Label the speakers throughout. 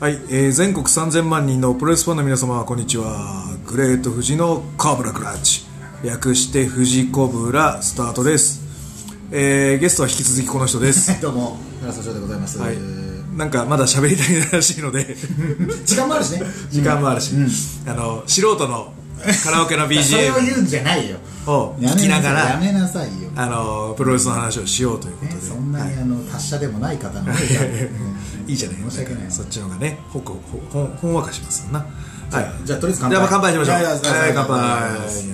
Speaker 1: はい、えー全国3000万人のプロレスファンの皆様こんにちはグレート富士のカーブラクラッチ略して富士コブラスタートです、えーゲストは引き続きこの人 です、
Speaker 2: どうも村瀬翔でございます、
Speaker 1: はい、なんかまだ喋り足りないらしいので
Speaker 2: 時間もあるしね
Speaker 1: 時間もあるし、あの素人のカラオケの
Speaker 2: それを言
Speaker 1: BGM
Speaker 2: うんじゃないよ
Speaker 1: を聞きなが
Speaker 2: や
Speaker 1: ら
Speaker 2: めなさいよ、ね、
Speaker 1: あのプロレスの話をしようということで、
Speaker 2: そんなにあの達者でもない方のね
Speaker 1: いいじゃない
Speaker 2: 申し訳ない
Speaker 1: そっちの方がねほくほほんほんわかしますもんなはい
Speaker 2: じゃあとりあえず乾
Speaker 1: じゃあ
Speaker 2: 杯
Speaker 1: 乾杯しましょう
Speaker 2: いやいや
Speaker 1: はい乾
Speaker 2: ありがとうございま
Speaker 1: 杯
Speaker 2: す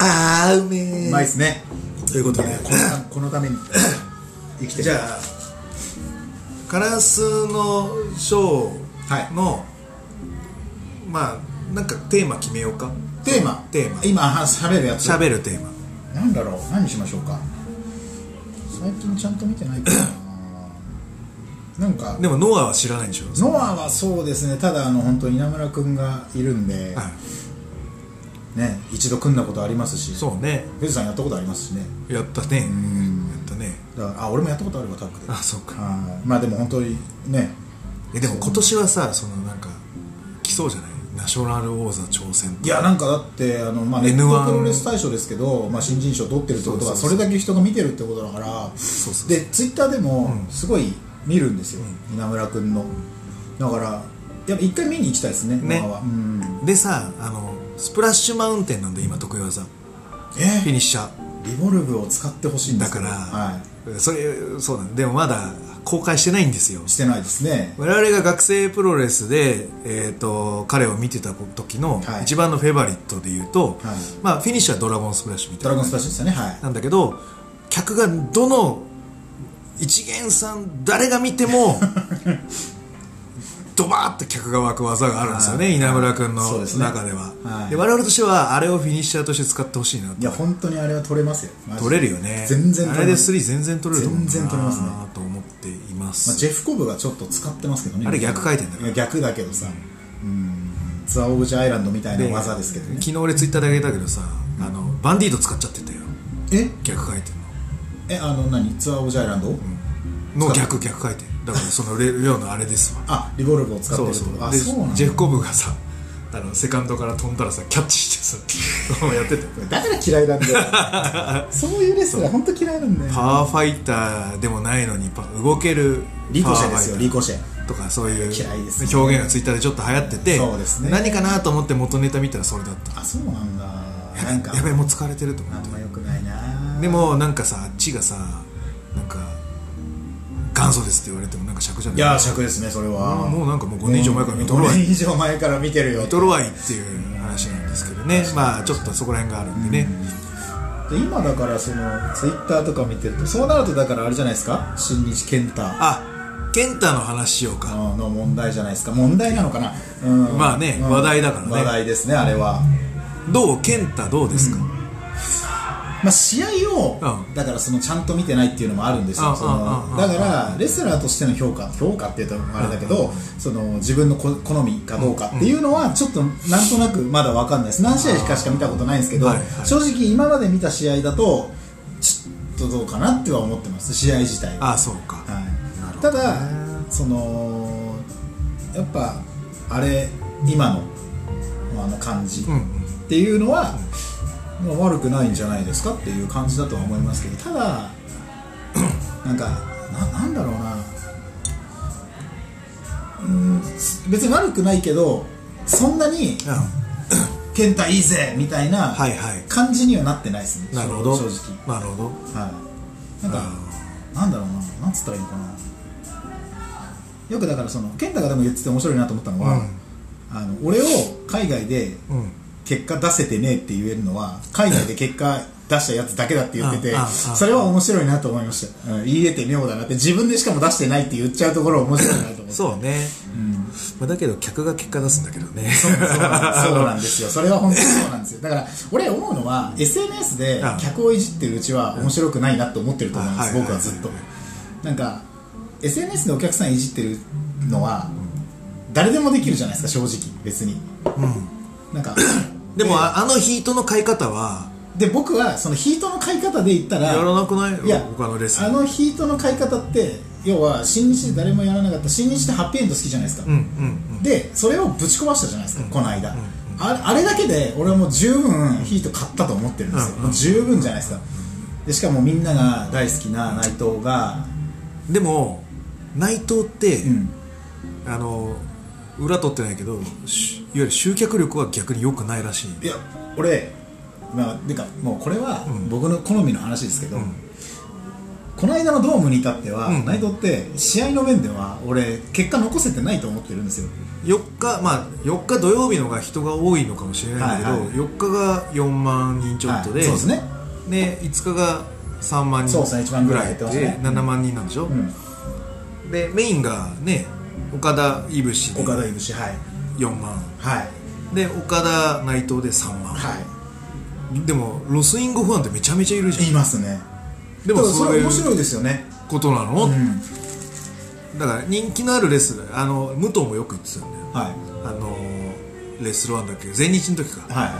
Speaker 1: あーうめ
Speaker 2: うまいっすね
Speaker 1: ということで
Speaker 2: このこのために生きてる
Speaker 1: じゃあカラスのショーの、まあなんかテーマ決めようか
Speaker 2: テーマ
Speaker 1: テーマ
Speaker 2: 今は喋るやつ
Speaker 1: 喋るテーマ
Speaker 2: なんだろう何にしましょうか最近ちゃんと見てないからななんか
Speaker 1: でもノアは知らないんでしょ
Speaker 2: ノアはそうですねただあの本当稲村君がいるんで、
Speaker 1: はい
Speaker 2: ね、一度組んだことありますし
Speaker 1: そうね
Speaker 2: ベジさんやったことありますしね
Speaker 1: やったねやったね
Speaker 2: だからあ俺もやったことあるわタッグで
Speaker 1: あそうか
Speaker 2: はいまあでも本当にね
Speaker 1: えでも今年はさそのなんか来そうじゃないナショナル王座挑戦
Speaker 2: いやなんかだってあの、まあ、ネッ
Speaker 1: N1
Speaker 2: トプロレス大賞ですけど、まあ、新人賞取ってるってことは
Speaker 1: そ
Speaker 2: そう
Speaker 1: そうそう
Speaker 2: れだけ人が見てるってことだから
Speaker 1: うそう
Speaker 2: でツイッターでもすごい見るんですよ、稲村君のだからやっぱ一回見に行きたいですね
Speaker 1: ね
Speaker 2: ノアは、うん、
Speaker 1: でさあのスプラッシュマウンテンなんで今得意技フ
Speaker 2: え
Speaker 1: ィニッシャ
Speaker 2: リボルブを使ってほしいん
Speaker 1: ー
Speaker 2: で
Speaker 1: だ
Speaker 2: す
Speaker 1: か
Speaker 2: けど
Speaker 1: ら、
Speaker 2: は
Speaker 1: それそうなんでもまだ公開してないんですよ
Speaker 2: い、してないですね
Speaker 1: 我々が学生プロレスで、えー、と彼を見てた時の
Speaker 2: はい
Speaker 1: 一番のフェバリットで言うと、
Speaker 2: はい
Speaker 1: まあ、フィニッシュはドラゴンスプラッシュみた
Speaker 2: ド
Speaker 1: い
Speaker 2: ラ
Speaker 1: な
Speaker 2: ゴンスプラッシュですよねはい
Speaker 1: なんだけど客がどの一元さん誰が見て もドバーッと客が湧く技があるんですよね、
Speaker 2: はい
Speaker 1: 稲村君の
Speaker 2: そうですね
Speaker 1: 中では
Speaker 2: はい
Speaker 1: で我々としてはあれをフィニッシャーとして使ってほしいなと
Speaker 2: いや本当にあれは取れますよマジで
Speaker 1: 取れるよね
Speaker 2: 全然取れます
Speaker 1: あれで3全然取れると思うんだ
Speaker 2: 全然取れますね
Speaker 1: なと思っています、
Speaker 2: まあ、ジェフコブがちょっと使ってますけどね
Speaker 1: あれ逆回転だから
Speaker 2: いや逆だけどさうんツアーオブジャアイランドみたいな技ですけどね
Speaker 1: 昨日俺ツイッターであげたけどさ、あのバンディード使っちゃってたよ
Speaker 2: え
Speaker 1: 逆回転
Speaker 2: えあの何ツアーオブジャアイランド、
Speaker 1: のの逆逆回転だからそのレ量のあれですわ
Speaker 2: あリボルブを使って
Speaker 1: そ
Speaker 2: る
Speaker 1: うそ
Speaker 2: ってこ
Speaker 1: う
Speaker 2: とあ
Speaker 1: で
Speaker 2: そうなんだ
Speaker 1: ジェフコブがさあのセカンドから飛んだらさキャッチして さやってたよ
Speaker 2: だから嫌いなんだよ そういうレスラー本当嫌いなんだよ
Speaker 1: パワーファイターでもないのにパ動ける
Speaker 2: リコシェです
Speaker 1: パ
Speaker 2: よ
Speaker 1: ワ
Speaker 2: リ
Speaker 1: ーファイ
Speaker 2: コシェ
Speaker 1: ターとかそういう
Speaker 2: 嫌いですね
Speaker 1: 表現がツイッターでちょっと流行ってて
Speaker 2: そうですね
Speaker 1: 何かなと思って元ネタ見たらそれだった
Speaker 2: あそうなんだなんか
Speaker 1: やべえもう疲れてると思
Speaker 2: あ
Speaker 1: っ
Speaker 2: ん
Speaker 1: て
Speaker 2: ま良くないな
Speaker 1: でもなんかさあっちがさなんか元祖ですって言われてもなんか尺じゃない
Speaker 2: いやー尺ですねそれは
Speaker 1: もうなんかもう5年以上前から見とるわ
Speaker 2: 5年以上前から見てるよ
Speaker 1: ドロワイっていう話なんですけどねまあちょっとそこら辺があるんでね、
Speaker 2: で今だからそのツイッターとか見てるとそうなるとだからあれじゃないですか新日健太
Speaker 1: あ健太の話しようか、
Speaker 2: の問題じゃないですか問題なのかな、うん
Speaker 1: まあね
Speaker 2: うん
Speaker 1: 話題だからね
Speaker 2: 話題ですねあれは、
Speaker 1: どう健太どうですか、
Speaker 2: まあ、試合を、
Speaker 1: うん
Speaker 2: だからそのちゃんと見てないっていうのもあるんです
Speaker 1: うん
Speaker 2: よそ
Speaker 1: うんうん
Speaker 2: のだからレスラーとしての評価評価っていうとあれだけどその自分のこ好みかどうかっていうのはちょっとなんとなくまだ分かんないです何試合かしか見たことないんですけど、
Speaker 1: はいはい
Speaker 2: 正直今まで見た試合だとちょっとどうかなっては思ってます試合自体は
Speaker 1: ああそうか、
Speaker 2: はい、ただそのやっぱあれ今のあの感じっ
Speaker 1: うんうん
Speaker 2: ていうのは、まあ悪くないんじゃないですかっていう感じだとは思いますけどた だなんかななんだろうなうん別に悪くないけどそんな
Speaker 1: う
Speaker 2: に
Speaker 1: ん
Speaker 2: 「健太いいぜ!」みたいな
Speaker 1: はいはい
Speaker 2: 感じにはなってないですね、
Speaker 1: なるほど
Speaker 2: 正直。
Speaker 1: なるほど
Speaker 2: はい、なんか、なんだろうな、なんつったらいいのかな、よくだからその、健太がでも言ってて面白いなと思ったのは、
Speaker 1: うん
Speaker 2: あの俺を海外で
Speaker 1: うん
Speaker 2: 結果出せてねえって言えるのは、海外で結果出したやつだけだって言ってて
Speaker 1: うんうんう、ん
Speaker 2: それは面白いなと思いました、うん、言い得て妙だなって、自分でしかも出してないって言っちゃうところ、面白いなと思って。
Speaker 1: そうね、まあ、だけど客が結果出すんだけどね
Speaker 2: そう なんですよそれは本当にそうなんですよだから俺思うのは SNS で客をいじってるうちは面白くないなと思ってると思うんで
Speaker 1: う
Speaker 2: す
Speaker 1: ん
Speaker 2: 僕はずっと
Speaker 1: はいは
Speaker 2: なんか SNS でお客さんいじってるのは誰でもできるじゃないですか正直別になんか
Speaker 1: でもああのヒートの買い方は
Speaker 2: で僕はそのヒートの買い方で言ったら
Speaker 1: やらなくない
Speaker 2: いや
Speaker 1: 他のレス
Speaker 2: あ
Speaker 1: ラー
Speaker 2: のヒートの買い方って要は新日で誰もやらなかった新日ってハッピーエンド好きじゃないですか、
Speaker 1: うんうん
Speaker 2: でそれをぶち壊したじゃないですか、この間、ああれだけで俺はもう十分ヒート買ったと思ってるんですよ、
Speaker 1: うん
Speaker 2: もう十分じゃないですかでしかもみんなが大好きな内藤が、
Speaker 1: うんでも内藤って、
Speaker 2: うん、
Speaker 1: あの裏取ってないけどしいわゆる集客力は逆に良くないらしい
Speaker 2: いや俺まあてかもうこれは
Speaker 1: ん
Speaker 2: 僕の好みの話ですけど、
Speaker 1: ん
Speaker 2: この間のドームに至っては、
Speaker 1: うん
Speaker 2: 内藤って試合の面では俺結果残せてないと思ってるんですよ
Speaker 1: 4日まあ4日土曜日の方が人が多いのかもしれないんだけど、
Speaker 2: はいはい
Speaker 1: 4日が4万人ちょっとで、
Speaker 2: はいそうですね
Speaker 1: で5日が3万
Speaker 2: そうですね一
Speaker 1: 人
Speaker 2: 番
Speaker 1: ぐ
Speaker 2: ぐ
Speaker 1: ら
Speaker 2: ら
Speaker 1: い
Speaker 2: い
Speaker 1: で
Speaker 2: 減ってますね
Speaker 1: 7万人なんでしょ、
Speaker 2: うん
Speaker 1: でメインがね岡田いぶしで
Speaker 2: 岡田いぶしはい
Speaker 1: 4万
Speaker 2: はい
Speaker 1: で岡田内藤で3万、
Speaker 2: は
Speaker 1: でもロスインゴファンってめちゃめちゃいるじゃ
Speaker 2: いいますね
Speaker 1: んで
Speaker 2: で
Speaker 1: も
Speaker 2: もそ
Speaker 1: そう
Speaker 2: れ
Speaker 1: いう
Speaker 2: 面白いですよね
Speaker 1: ことなの、
Speaker 2: うん
Speaker 1: だから人気のあるレスラーあの武藤もよく言ってたんだよ
Speaker 2: はい
Speaker 1: あのレスラーなんだっけ全日の時か
Speaker 2: はい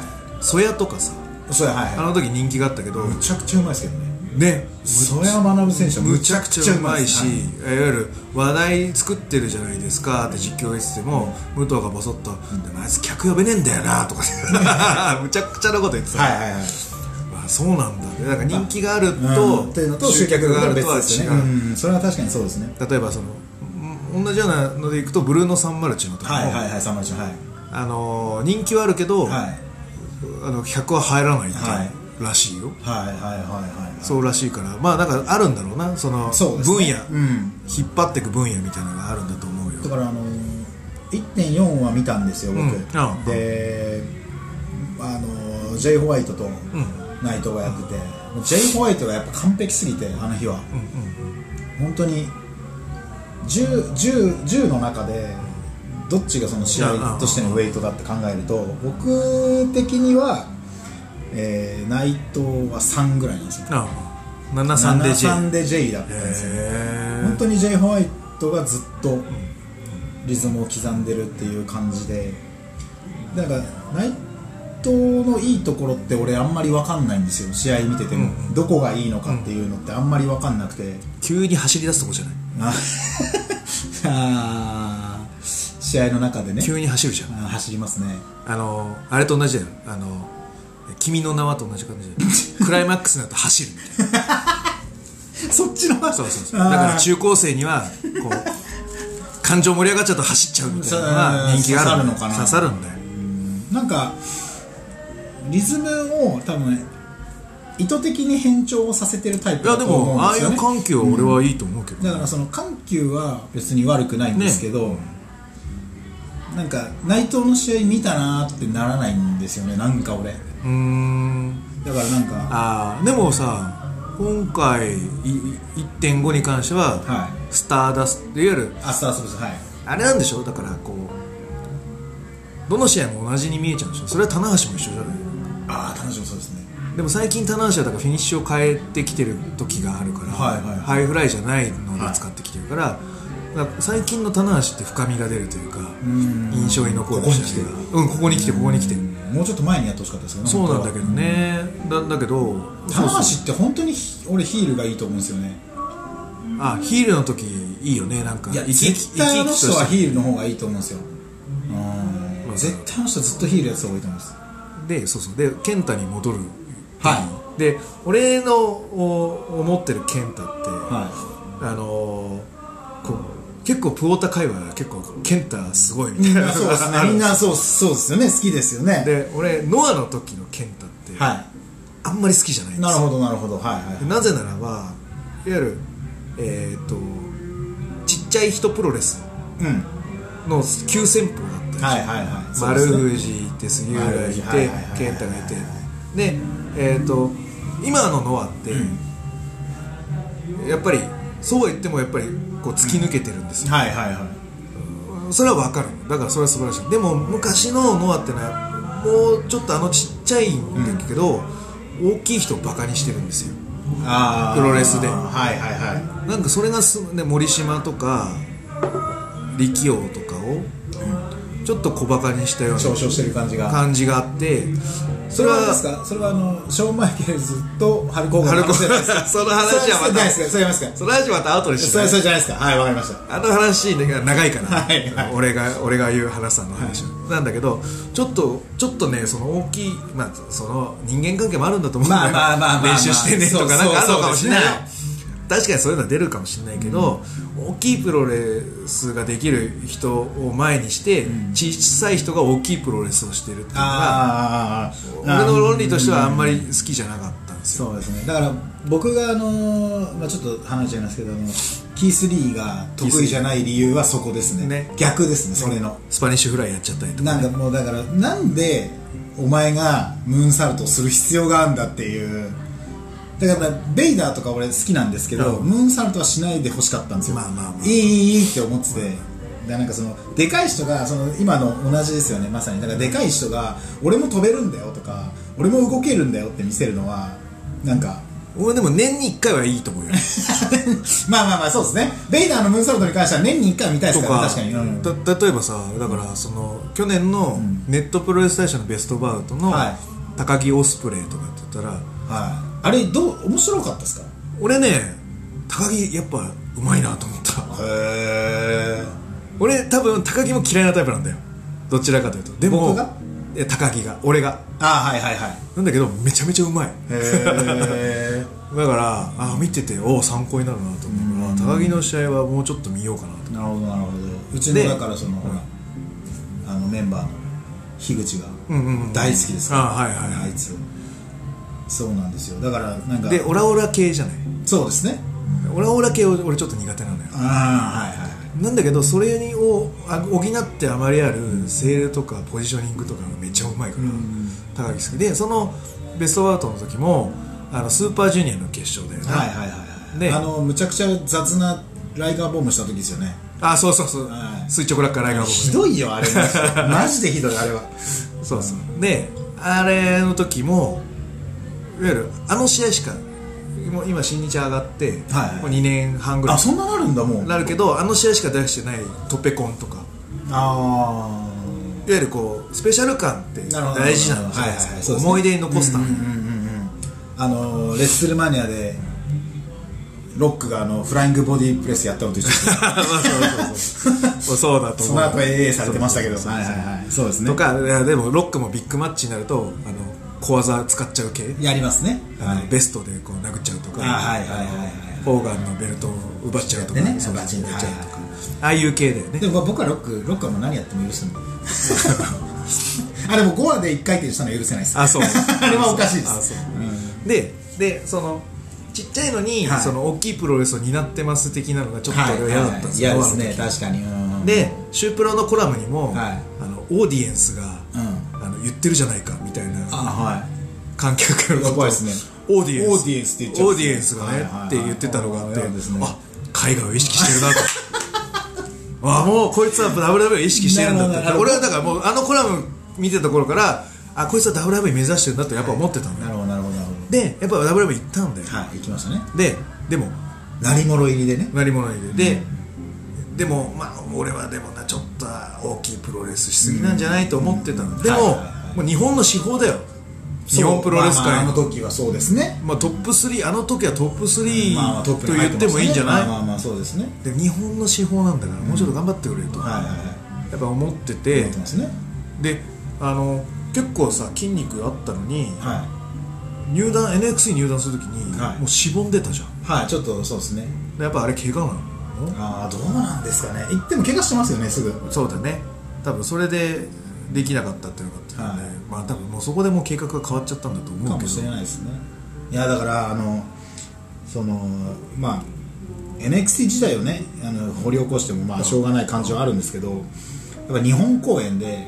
Speaker 1: 曽谷とかさ
Speaker 2: それはい
Speaker 1: あ
Speaker 2: は
Speaker 1: の時人気があったけど、
Speaker 2: いむちゃくちゃうまいですけどね
Speaker 1: ね
Speaker 2: 曽山学選手は
Speaker 1: むちゃくちゃうまいし、
Speaker 2: はい
Speaker 1: い、わゆる話題作ってるじゃないですかって実況が言ってても、武藤がボソッと「でもあいつ客呼べねえんだよな」とか むちゃくちゃなこと言ってた、
Speaker 2: はいはいはい
Speaker 1: まあ、そうなんだねだから人気がある
Speaker 2: う
Speaker 1: と,、
Speaker 2: んっていうのと
Speaker 1: 集
Speaker 2: 集
Speaker 1: 客
Speaker 2: 客
Speaker 1: が
Speaker 2: が
Speaker 1: あ
Speaker 2: あ
Speaker 1: る
Speaker 2: る
Speaker 1: と
Speaker 2: と
Speaker 1: は
Speaker 2: は
Speaker 1: 違
Speaker 2: 別ですね
Speaker 1: う、
Speaker 2: うんそれは確かにそうですね
Speaker 1: 例えばそのん同じようなのでいくとブルーノ・サンマルチのとかも、
Speaker 2: はいはいはいサンマルチのはい
Speaker 1: あのー人気はあるけど、
Speaker 2: はい
Speaker 1: あの客は入らないって
Speaker 2: はい
Speaker 1: らしいよ、
Speaker 2: はいはいはいはいはい
Speaker 1: そうらしいからまあなんかあるんだろうなその
Speaker 2: そうです
Speaker 1: 分
Speaker 2: ね
Speaker 1: 野、
Speaker 2: うん
Speaker 1: 引っ張っていく分野みたいなのがあるんだと思うよ
Speaker 2: だからあの1.4は見たんですよ僕、
Speaker 1: うんああ
Speaker 2: であの J ホワイトとナイトがやってて、もう J ホワイトがやっぱ完璧すぎてあの日は、本当に 10, 10, 10の中でどっちがその試合としてのウェイトだって考えると僕的には、えー、ナイトは3ぐらいなんですよ
Speaker 1: ああ73で J
Speaker 2: 73で J だったんですよ
Speaker 1: へ
Speaker 2: 本当に J. ホワイトがずっとリズムを刻んでるっていう感じでなんか内藤のいいところって俺あんまり分かんないんですよ試合見てても、どこがいいのかっていうのってあんまり分かんなくて、
Speaker 1: 急に走り出すとこじゃない
Speaker 2: あ あー試合の中でね
Speaker 1: 急に走るじゃ
Speaker 2: あ
Speaker 1: ん
Speaker 2: ー走りますね
Speaker 1: あのあれと同じだよあの君の名はと同じ感じだ よクライマックスになると走るみたいな
Speaker 2: そっちの
Speaker 1: そうそうそう
Speaker 2: あー
Speaker 1: だから中高生にはこう感情盛り上がっちゃうと走っちゃうみたいなのが人気があるんだよ
Speaker 2: 刺さるのかな
Speaker 1: 刺さるんだよ
Speaker 2: なんかリズムを多分意図的に変調をさせてるタイプ
Speaker 1: いや
Speaker 2: だ
Speaker 1: で
Speaker 2: と思
Speaker 1: も
Speaker 2: うん
Speaker 1: ああ
Speaker 2: で
Speaker 1: い
Speaker 2: すよ、ね、
Speaker 1: う環境は俺はいいと思うけど
Speaker 2: だからその緩急は別に悪くないんですけど、なんか内藤の試合見たなーってならないんですよねなんか俺だ
Speaker 1: うーん
Speaker 2: からなんか
Speaker 1: あーでもさ今回いい1.5に関しては、
Speaker 2: はい
Speaker 1: スターダストいわゆる
Speaker 2: アスタースブスはい
Speaker 1: あれなんでしょだからこうどの試合も同じに見えちゃうんでしょそれは棚橋も一緒じゃない
Speaker 2: ああ楽しみそうですね
Speaker 1: でも最近棚橋はだからフィニッシュを変えてきてる時があるから、
Speaker 2: はいはいはい
Speaker 1: ハイフライじゃないので使ってきてるから,、最近の棚橋って深みが出るというか印象に残る
Speaker 2: ここに来て
Speaker 1: 試合がうんここに来てここに来て
Speaker 2: もうちょっと前にやってほしかったですけどね
Speaker 1: そうなんだけどねだだけど
Speaker 2: 本当は
Speaker 1: そうそう
Speaker 2: 棚橋って本当にひ俺ヒールがいいと思うんですよね
Speaker 1: あヒールの時いいよねなんか
Speaker 2: いや
Speaker 1: 生き生き
Speaker 2: 絶対あの
Speaker 1: 生き生きと
Speaker 2: 人は
Speaker 1: して
Speaker 2: ヒールの方がいいと思うんですようん絶対あの人はずっとヒールやつ方がいいと思うんです
Speaker 1: でそうそうで健太に戻る
Speaker 2: は
Speaker 1: で俺のお思ってる健太って、
Speaker 2: は
Speaker 1: あのーこう結構プオタ界隈は結構健太すごい みたいな
Speaker 2: そうですねみんなそうそうですよね好きですよね
Speaker 1: で俺ノアの時の健太って、
Speaker 2: は
Speaker 1: あんまり好きじゃないん
Speaker 2: い
Speaker 1: です
Speaker 2: な
Speaker 1: よ
Speaker 2: るほどなるほどはいはい
Speaker 1: でなぜならばいわゆるえっ、とちっちゃい人プロレス
Speaker 2: うん
Speaker 1: の急先鋒だったんですよ
Speaker 2: はいはいはい
Speaker 1: 丸
Speaker 2: そうですね
Speaker 1: 藤って杉浦がいて
Speaker 2: はいはいはいはい
Speaker 1: 健太がいてでえっ、と今のノアって、やっぱりそうは言ってもやっぱりこう突き抜けてるんですよ、
Speaker 2: はいはいはい
Speaker 1: それは分かるだからそれは素晴らしいでも昔のノアってのはもうちょっとあのちっちゃいんだけど、大きい人をバカにしてるんですよ
Speaker 2: あー
Speaker 1: プロレスで
Speaker 2: はいはいは
Speaker 1: なんかそれがすね森島とか力王とかをちょっと小バカにしたよう
Speaker 2: い
Speaker 1: な
Speaker 2: 嘲笑してる感じが
Speaker 1: 感じがあって
Speaker 2: それはあれですかそれはあのショーン・マイケルズとハルコーガンの話じゃないですか
Speaker 1: その話はまた
Speaker 2: それないですかそれやりますか
Speaker 1: その話また後にし
Speaker 2: そ
Speaker 1: な
Speaker 2: れ
Speaker 1: い
Speaker 2: それじゃないですかはいわかりました
Speaker 1: あの話が長いから、
Speaker 2: はいはい
Speaker 1: 俺が俺が言う話さんの話、なんだけどちょっとちょっとねその大きい、まあ、その人間関係もあるんだと思うんだよ、
Speaker 2: まあまあまあまあまあ
Speaker 1: 練習してねとかなんかあるのかもしれないよ
Speaker 2: そうそうで
Speaker 1: 確かにそういうのは出るかもしれないけど、大きいプロレスができる人を前にして、小さい人が大きいプロレスをしてるっていうのが
Speaker 2: あー
Speaker 1: 俺の論理としてはあんまり好きじゃなかったんですよ、
Speaker 2: そうですねだから僕があのーまあ、ちょっと話しちゃいますけどあのキース・リーが得意じゃない理由はそこですね
Speaker 1: ね
Speaker 2: 逆ですねそれの、
Speaker 1: スパニッシュフライやっちゃったりとか
Speaker 2: なんかもうだからなんでお前がムーンサルトをする必要があるんだっていうだからベイダーとか俺好きなんですけど、
Speaker 1: うん
Speaker 2: ムーンサルトはしないでほしかったんですよ、
Speaker 1: まあまあまあ
Speaker 2: いいいいいいって思ってて、でなんかそのでかい人がその今の同じですよねまさにだからでかい人が俺も飛べるんだよとか俺も動けるんだよって見せるのはなん か
Speaker 1: 俺でも年に1回はいいと思うよ
Speaker 2: まあまあまあそうですねベイダーのムーンサルトに関しては年に1回は見たいで
Speaker 1: と
Speaker 2: すからね
Speaker 1: か
Speaker 2: 確かに、うん
Speaker 1: た例えばさだからその去年のネットプロレス大賞のベストバウトの
Speaker 2: はい
Speaker 1: 高木オスプレイとかって言ったら
Speaker 2: はい、あれどう面白かったですか
Speaker 1: 俺ね高木やっぱうまいなと思った
Speaker 2: へえ
Speaker 1: 俺多分高木も嫌いなタイプなんだよどちらかというとでも
Speaker 2: 僕が
Speaker 1: え高木が俺が
Speaker 2: あはいはいはい
Speaker 1: なんだけどめちゃめちゃうまい
Speaker 2: へえ
Speaker 1: だからあ見ててお参考になるなと思うから高木の試合はもうちょっと見ようかなと
Speaker 2: なるほどなるほどうち
Speaker 1: で
Speaker 2: のだからそのほらあのメンバーの樋口が
Speaker 1: んうんうん
Speaker 2: 大好きですか
Speaker 1: あはいはい
Speaker 2: ら
Speaker 1: は
Speaker 2: あ
Speaker 1: い
Speaker 2: いつそうなんですよだからなんか
Speaker 1: でオラオラ系じゃない
Speaker 2: そうですね
Speaker 1: オラオラ系を俺ちょっと苦手なのよ
Speaker 2: ああはいはい
Speaker 1: なんだけどそれをあ補ってあまりあるセールとかポジショニングとかがめっちゃうまいから、高木好きでそのベストワウトの時もあのスーパージュニアの決勝だよね、
Speaker 2: はいはいはい
Speaker 1: で
Speaker 2: はいあのむちゃくちゃ雑なライガーボムした時ですよね
Speaker 1: あそうそうそう、
Speaker 2: はい
Speaker 1: 垂直落下ライガーボ
Speaker 2: ひ
Speaker 1: ー
Speaker 2: どいよあれマジでマジでひどいあれは
Speaker 1: ルそうそうであれの時もいわゆるあの試合しかもう今新日上がって、
Speaker 2: はいはい
Speaker 1: もう2年半ぐら
Speaker 2: あ
Speaker 1: い
Speaker 2: そんななるんだもう
Speaker 1: なるけどあの試合しか出してないトペコンとか
Speaker 2: あ
Speaker 1: いわゆるこうスペシャル感って
Speaker 2: なるほど
Speaker 1: 大事なんじゃないで
Speaker 2: はいはいはい
Speaker 1: す
Speaker 2: そう
Speaker 1: か
Speaker 2: ですね
Speaker 1: 思い出に残すため に、
Speaker 2: ああのレッスルマニアでロックがあのフライングボディプレスやったのと一 緒です
Speaker 1: まあそうそうそうそうだと
Speaker 2: そ
Speaker 1: 思う
Speaker 2: の後 AA されてましたけど
Speaker 1: そうそうそう
Speaker 2: はいはいはいそうですね
Speaker 1: とかいやでもロックもビッグマッチになるとあの小技使っちゃう系、
Speaker 2: やりますね
Speaker 1: あのベストでこう殴っちゃうとか
Speaker 2: あはいはいはいはい
Speaker 1: フォーガンのベルトを奪っちゃうとか、
Speaker 2: でね
Speaker 1: そうそう
Speaker 2: バチンと
Speaker 1: 奪っちゃうとか、
Speaker 2: はいは
Speaker 1: ああいう系だよね
Speaker 2: でも僕はロックロックはもう何やっても許す んであでも5話で1回転したのは許せないです
Speaker 1: あそう
Speaker 2: あれはおかしいです
Speaker 1: あそう
Speaker 2: うん
Speaker 1: ででそのちっちゃいのに、
Speaker 2: はい
Speaker 1: その大きいプロレスを担ってます的なのがちょっと
Speaker 2: はい
Speaker 1: 俺は嫌だったんですよ
Speaker 2: 嫌ですね
Speaker 1: あの時
Speaker 2: 確かにうん
Speaker 1: でシュープロのコラムにも、
Speaker 2: はい
Speaker 1: あのオーディエンスが、
Speaker 2: う
Speaker 1: あの言ってるじゃないかみたいな
Speaker 2: あはい
Speaker 1: 観客のこと
Speaker 2: やばいですね
Speaker 1: オーディエンス
Speaker 2: オーディエンスって言っちゃうん
Speaker 1: オー
Speaker 2: です
Speaker 1: デ
Speaker 2: ね
Speaker 1: ィエンスが
Speaker 2: はい
Speaker 1: ね
Speaker 2: はいはい
Speaker 1: って言ってたのがあって
Speaker 2: あーですね
Speaker 1: あ海外を意識してるなと あもうこいつは WW を意識してるんだ
Speaker 2: な
Speaker 1: っ
Speaker 2: る
Speaker 1: て
Speaker 2: ほど
Speaker 1: 俺はだからもうあのコラム見てた頃からあこいつは WW 目指してるんだとやっぱ思ってたのよ、
Speaker 2: なるほどなるほどなるほ
Speaker 1: でやっぱ WW 行ったんだよ、
Speaker 2: どはい行きましたね
Speaker 1: ででも
Speaker 2: 成り物入りでね
Speaker 1: 何者にで、でもまあ俺はでもなちょっと大きいプロレスしすぎなんじゃないと思ってたの、でも、
Speaker 2: はいはいはい
Speaker 1: もう日本の司法だよ日本プロレス
Speaker 2: まあまあ
Speaker 1: 界
Speaker 2: あの
Speaker 1: の、
Speaker 2: 時はそうですね
Speaker 1: まあ、トップ3あの時はトップ3、
Speaker 2: まあまあトップ
Speaker 1: と
Speaker 2: に入
Speaker 1: 言ってもいいんじゃない、
Speaker 2: まあまあまあそうですね
Speaker 1: で日本の司法なんだからもうちょっと頑張ってくれと、
Speaker 2: はいはいはい
Speaker 1: やっぱ思ってて、
Speaker 2: やってますね
Speaker 1: であの結構さ筋肉あったのに、
Speaker 2: は
Speaker 1: 入団 NXT 入団するときに、
Speaker 2: はい
Speaker 1: もうしぼんでたじゃん
Speaker 2: いはいちょっとそうですね
Speaker 1: でやっぱあれ怪我なの
Speaker 2: ああどうなんですかね行っても怪我してますよねすぐ
Speaker 1: そうだね多分それでできなかったっていうのがあったよね、
Speaker 2: はい
Speaker 1: まあ多分もうそこでもう計画が変わっちゃったんだと思
Speaker 2: か
Speaker 1: うけ
Speaker 2: もしれ
Speaker 1: ど
Speaker 2: ないですねいやだからあのそのまあ NXT 時代をねあの掘り起こしてもまあしょうがない感じはあるんですけどやっぱ日本公演で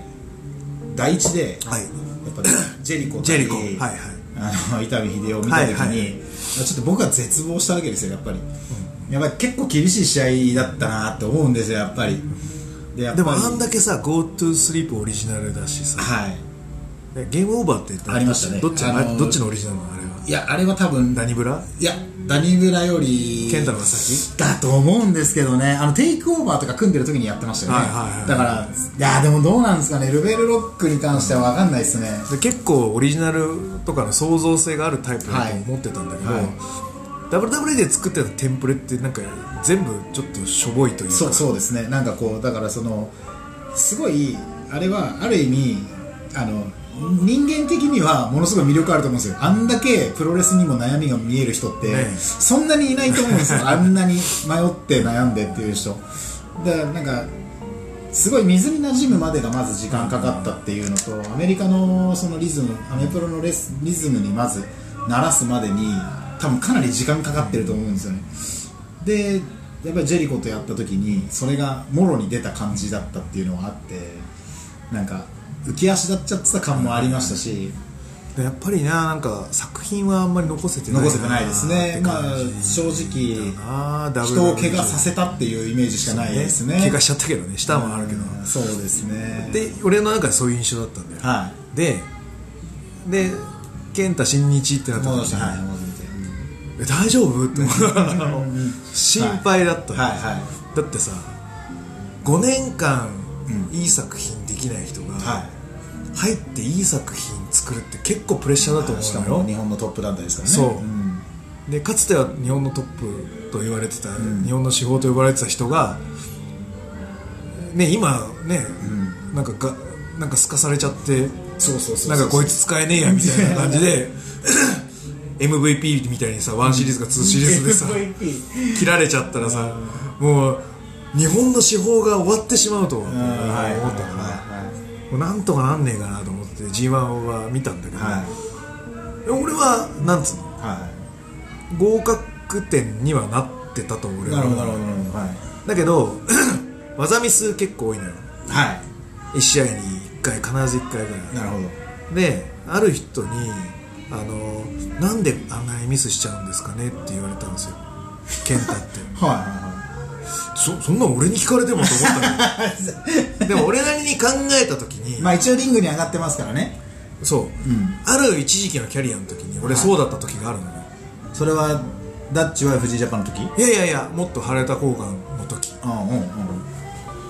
Speaker 2: 第一で
Speaker 1: はい
Speaker 2: やっぱ、ね、ジェリコと
Speaker 1: ジェリコ
Speaker 2: い
Speaker 1: はいはい
Speaker 2: あの伊丹秀夫を見た時に、
Speaker 1: はいはい
Speaker 2: ちょっと僕は絶望したわけですよやっぱり、やっぱり結構厳しい試合だったなって思うんですよやっぱりでやっぱ
Speaker 1: で
Speaker 2: り
Speaker 1: もあんだけさ GoToSleep オリジナルだしさ
Speaker 2: はい
Speaker 1: ゲームオーバーって言ったら
Speaker 2: ありましたね
Speaker 1: どっち,、
Speaker 2: あのー
Speaker 1: どっちのオリジナルなのあれは
Speaker 2: いやあれは多分
Speaker 1: 何ブラ
Speaker 2: いやダニブラより
Speaker 1: 健太郎が先
Speaker 2: だと思うんですけどねあのテイクオーバーとか組んでる時にやってましたよね、
Speaker 1: はいはいはい
Speaker 2: だからいやでもどうなんですかねルベルロックに関しては分かんないですね、
Speaker 1: で結構オリジナルとかの創造性があるタイプだと
Speaker 2: はい
Speaker 1: 思ってたんだけど、
Speaker 2: はい
Speaker 1: WWE で作ってたテンプレってなんか全部ちょっとしょぼいというか
Speaker 2: そうそうですねなんかこうだからそのすごいあれはある意味あの人間的にはものすごい魅力あると思うんですよあんだけプロレスにも悩みが見える人って、
Speaker 1: ね
Speaker 2: そんなにいないと思うんです よあんなに迷って悩んでっていう人だからなんかすごい水に馴染むまでがまず時間かかったっていうのとアメリカのそのリズムアメプロのレスリズムにまず慣らすまでに多分かなり時間かかってると思うんですよねでやっぱりジェリコとやった時にそれがもろに出た感じだったっていうのはあってなんか浮き足立っちゃってた感もありましたし
Speaker 1: でやっぱりななんか作品はあんまり残せてない
Speaker 2: 残せてないですね
Speaker 1: って
Speaker 2: まあ
Speaker 1: 感じ
Speaker 2: 正直
Speaker 1: あー WWE
Speaker 2: 人を怪我させたっていうイメージしかないですね
Speaker 1: 怪我しちゃったけどね下もあるけど、
Speaker 2: うんそうですね
Speaker 1: で俺の中でそういう印象だったんだよ、
Speaker 2: は
Speaker 1: でで健太新日ってないった
Speaker 2: 戻し
Speaker 1: 時
Speaker 2: て
Speaker 1: に、
Speaker 2: はい戻ってうん
Speaker 1: え大丈夫って思 うあの心配だった、
Speaker 2: はいはい
Speaker 1: だってさ5年間
Speaker 2: う
Speaker 1: いい作品できない人が
Speaker 2: はい
Speaker 1: 入っていい作品作るって結構プレッシャーだと
Speaker 2: し
Speaker 1: 思う
Speaker 2: か
Speaker 1: のよ、
Speaker 2: も日本のトップ団体ですからね
Speaker 1: そうんでかつては日本のトップと言われてた、
Speaker 2: ん
Speaker 1: 日本の司法と呼ばれてた人が、ね、今ね、なんかがなんかすかされちゃって
Speaker 2: そうそうそう
Speaker 1: なんかこいつ使えねえやみたいな感じ で MVP みたいにさ1シリーズか2シリーズでさ
Speaker 2: MVP
Speaker 1: 切られちゃったらさもう日本の司法が終わってしまうと思った
Speaker 2: うんはいは
Speaker 1: から、
Speaker 2: い
Speaker 1: もうなんとかなんねえかなと思って g 1は見たんだけど、
Speaker 2: はい
Speaker 1: 俺はなんつうの
Speaker 2: は
Speaker 1: 合格点にはなってたと思う
Speaker 2: い
Speaker 1: よ
Speaker 2: なるほどなるほどなるほどはい
Speaker 1: だけど 技ミス結構多いのよ
Speaker 2: は
Speaker 1: 1試合に1回必ず1回ぐ
Speaker 2: い
Speaker 1: ら
Speaker 2: なるほど
Speaker 1: いである人にあの「なんであんなにミスしちゃうんですかね?」って言われたんですよ健太って
Speaker 2: はいは
Speaker 1: そそんなん俺に聞かれてもと思ったの でも俺なりに考えた時
Speaker 2: い
Speaker 1: に、
Speaker 2: まあ一応リングに上がってますからね
Speaker 1: そう、
Speaker 2: ん
Speaker 1: ある一時期のキャリアの時に俺
Speaker 2: はい
Speaker 1: そうだった時があるのよ、
Speaker 2: それはダッチは藤井ジャパンの時
Speaker 1: い、やいやいやもっと晴れた交換の時
Speaker 2: うんうんうん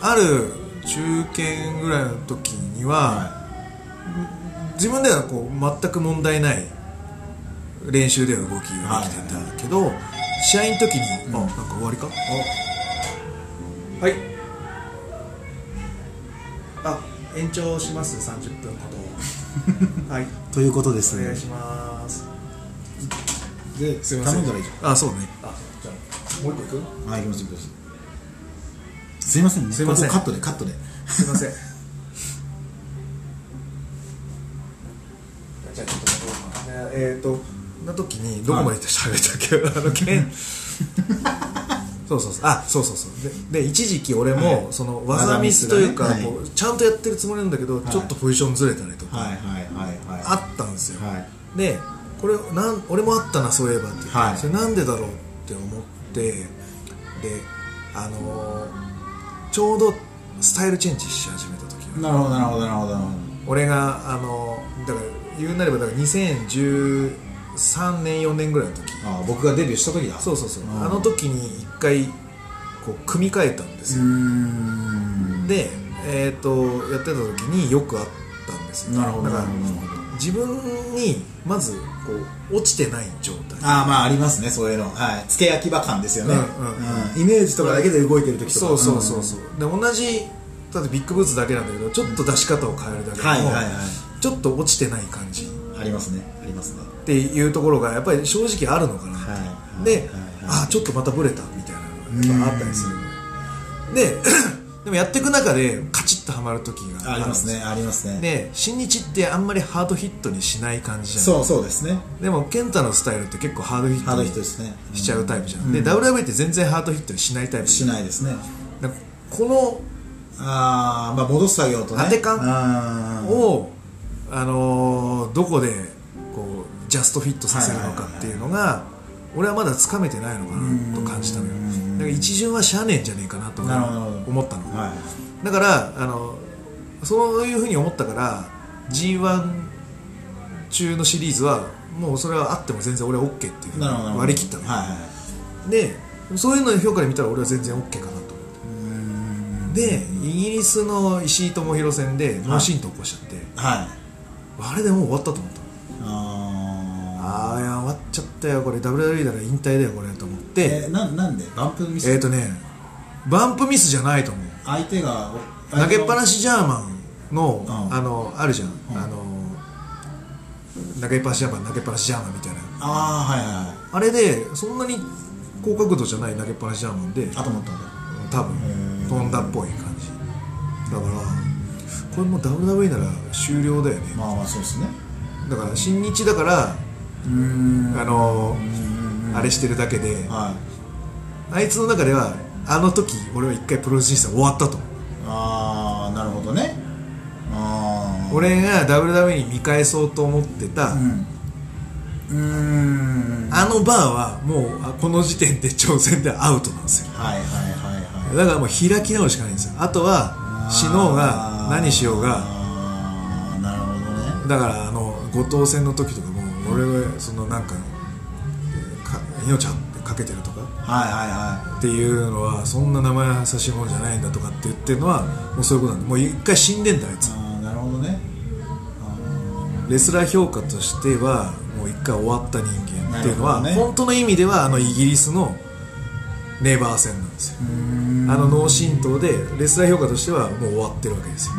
Speaker 1: ある中堅ぐらいの時には、自分ではこう全く問題ない練習では動きができてたけど、試合の時に、
Speaker 2: ん
Speaker 1: あなんか終わりかはいあ延長します30分ほ どはい
Speaker 2: ということですね
Speaker 1: します
Speaker 2: です
Speaker 1: す
Speaker 2: い
Speaker 1: いま
Speaker 2: ませ
Speaker 1: せん
Speaker 2: ん頼んだらいいじ
Speaker 1: あそうね
Speaker 2: ゃんあじゃ
Speaker 1: もう一個いく
Speaker 2: あはい行きます行きますすいませんね
Speaker 1: すいません
Speaker 2: ここカットでカットです
Speaker 1: いませんじゃあちょっと戻ろうかなえっ、ー、とな時にどこまで喋ったっけ、あの 件そうそうそうあそうそうそうでで一時期俺も、
Speaker 2: はい
Speaker 1: その技ミスというか、
Speaker 2: 技ミスがね
Speaker 1: こうちゃんとやってるつもりなんだけど、
Speaker 2: はい
Speaker 1: ちょっとポジションずれたりとか、
Speaker 2: はいはいはいはい
Speaker 1: あったんですよ、
Speaker 2: はい
Speaker 1: でこれなん俺もあったなそういえばって言って、
Speaker 2: はい
Speaker 1: それなんでだろうって思ってであのーちょうどスタイルチェンジし始めた時
Speaker 2: なるほどなるほどなるほどなるほ
Speaker 1: 俺があのーだから言うなればだから2013年4年ぐらいの時
Speaker 2: どあ僕がデビューした時だ
Speaker 1: そううそうそう
Speaker 2: あー
Speaker 1: あの時に一回こう組み替えたんです
Speaker 2: ー
Speaker 1: よ、
Speaker 2: ん
Speaker 1: でえっ、とやってた時によくあったんですよ
Speaker 2: なるほ
Speaker 1: だ
Speaker 2: ど
Speaker 1: から
Speaker 2: なるほどなるほど
Speaker 1: 自分にまずこう落ちてない状態
Speaker 2: ああまあありますねそういうのはい付け焼き場感ですよね、
Speaker 1: うんうん
Speaker 2: イメージとかだけで動いてる時とか
Speaker 1: そうそうそうそう、で同じだってビッグブーツだけなんだけどちょっと出し方を変えるだけでも、
Speaker 2: はいはいはい
Speaker 1: ちょっと落ちてない感じっ
Speaker 2: ありますねありますね
Speaker 1: ていうところがやっぱり正直あるのかなって、
Speaker 2: はい
Speaker 1: で、
Speaker 2: はいはい
Speaker 1: あちょっとまたブレたみたいなのがやっぱあったりするで でもやっていく中でカチッとはまる時が
Speaker 2: ありますねありますね
Speaker 1: で新日ってあんまりハードヒットにしない感じじゃん
Speaker 2: そうそうですね
Speaker 1: でも健太のスタイルって結構ハードヒッ
Speaker 2: ハー
Speaker 1: ト
Speaker 2: ド
Speaker 1: に
Speaker 2: ヒットですね
Speaker 1: しちゃうタイプじゃん、
Speaker 2: うん
Speaker 1: で WW って全然ハードヒットにしないタイプ
Speaker 2: しないですね
Speaker 1: だからこの
Speaker 2: ああまあ戻す作業とね
Speaker 1: 当て感
Speaker 2: あー
Speaker 1: を、あのーどこでこうジャストフィットさせるのかっていうのが俺はまだつかめてないのかなと感じたのよだから一巡はしゃあねえんじゃねえかなと俺
Speaker 2: なるほどなる
Speaker 1: は
Speaker 2: ほど
Speaker 1: 思ったの、
Speaker 2: は
Speaker 1: だからあのそういうふうに思ったから g 1中のシリーズはもうそれはあっても全然俺は OK っていうふうに
Speaker 2: なるほどなるほど
Speaker 1: 割り切ったの、
Speaker 2: はいはい
Speaker 1: でそういうの評価で見たら俺は全然 OK かなと思ってでイギリスの石井智弘戦で脳震盪起こしちゃって、
Speaker 2: はい
Speaker 1: あれでもう終わったと思ったのあ
Speaker 2: あ
Speaker 1: あいや終わっちゃったよこれ WWE なら引退だよこれと思っ
Speaker 2: ー
Speaker 1: て
Speaker 2: えななんでバンプミ
Speaker 1: え
Speaker 2: ス、
Speaker 1: っ、とねバンプミスじゃないと思う
Speaker 2: 相手が
Speaker 1: 投げっぱな
Speaker 2: し
Speaker 1: しジャーマンの,、
Speaker 2: うん
Speaker 1: あのあるじゃん、
Speaker 2: ん
Speaker 1: あの投げっぱなしジャーマン投げっぱなしジャーマンみたいな
Speaker 2: ああはいはいはい
Speaker 1: あれでそんなに高角度じゃない投げっぱなしジャーマンで
Speaker 2: あと思ったんだ
Speaker 1: 多分
Speaker 2: へー
Speaker 1: 飛んだっぽい感じだからこれもう WWE なら終了だよね
Speaker 2: まあまあそうですね
Speaker 1: だから新日だから
Speaker 2: うーん
Speaker 1: あの
Speaker 2: うん
Speaker 1: あれしてるだけで
Speaker 2: はい
Speaker 1: あいつの中ではあの時俺は一回プロレス人生終わったと思う
Speaker 2: ああなるほどねああ
Speaker 1: 俺が WWE に見返そうと思ってた、
Speaker 2: うんうーん
Speaker 1: あのバーはもうあこの時点で挑戦でアウトなんですよ
Speaker 2: はいはいはいはい
Speaker 1: だからもう開き直るしかないんですよあとは死のうが何しようが
Speaker 2: あーなるほどね
Speaker 1: だからあの後藤戦の時とかも俺はそのなんかか命はかけてるとか
Speaker 2: はいはいは
Speaker 1: っていうのはそんな名前は差し物じゃないんだとかって言ってるのはもうそういうことなんでもう一回死んでんだあい
Speaker 2: い
Speaker 1: つ
Speaker 2: ああなるほどね
Speaker 1: レスラー評価としてはもう一回終わった人間っていうのは、
Speaker 2: なるほどね
Speaker 1: 本当の意味ではあのイギリスのネイバー戦なんですよ
Speaker 2: うーん
Speaker 1: あの脳震盪でレスラー評価としてはもう終わってるわけですよ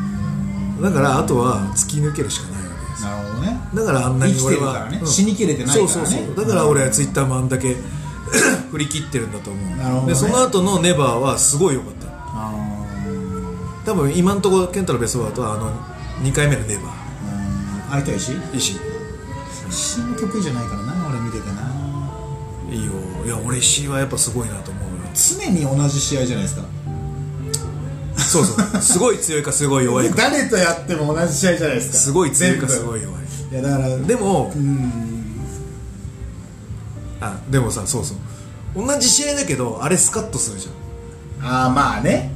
Speaker 1: だからあとは突き抜けるしかないわけですよ
Speaker 2: なるほどね
Speaker 1: だからあんなに俺は
Speaker 2: 生きてるからね
Speaker 1: うん
Speaker 2: 死にきれてないからね
Speaker 1: そうそうそうだから俺はツイッターもあんだけ 振り切ってるんだと思う
Speaker 2: なるほどね
Speaker 1: でその後のネバーはすごい良かった
Speaker 2: あー
Speaker 1: 多分今のところ健太のベストワードはあの2回目のネバ
Speaker 2: うーん相手は石
Speaker 1: ー石井
Speaker 2: 石の得意じゃないからな俺見ててない
Speaker 1: いよいや俺石井はやっぱすごいなと思うよ
Speaker 2: 常に同じ試合じゃないですか
Speaker 1: そうそうすごい強いかすごい弱いか
Speaker 2: 誰とやっても同じ試合じゃないですか
Speaker 1: すごい強いかす
Speaker 2: い
Speaker 1: ごい弱い
Speaker 2: いやだから
Speaker 1: でも
Speaker 2: うん
Speaker 1: あでもさそうそう同じ試合だけどあれスカッとするじゃ
Speaker 2: ああまあね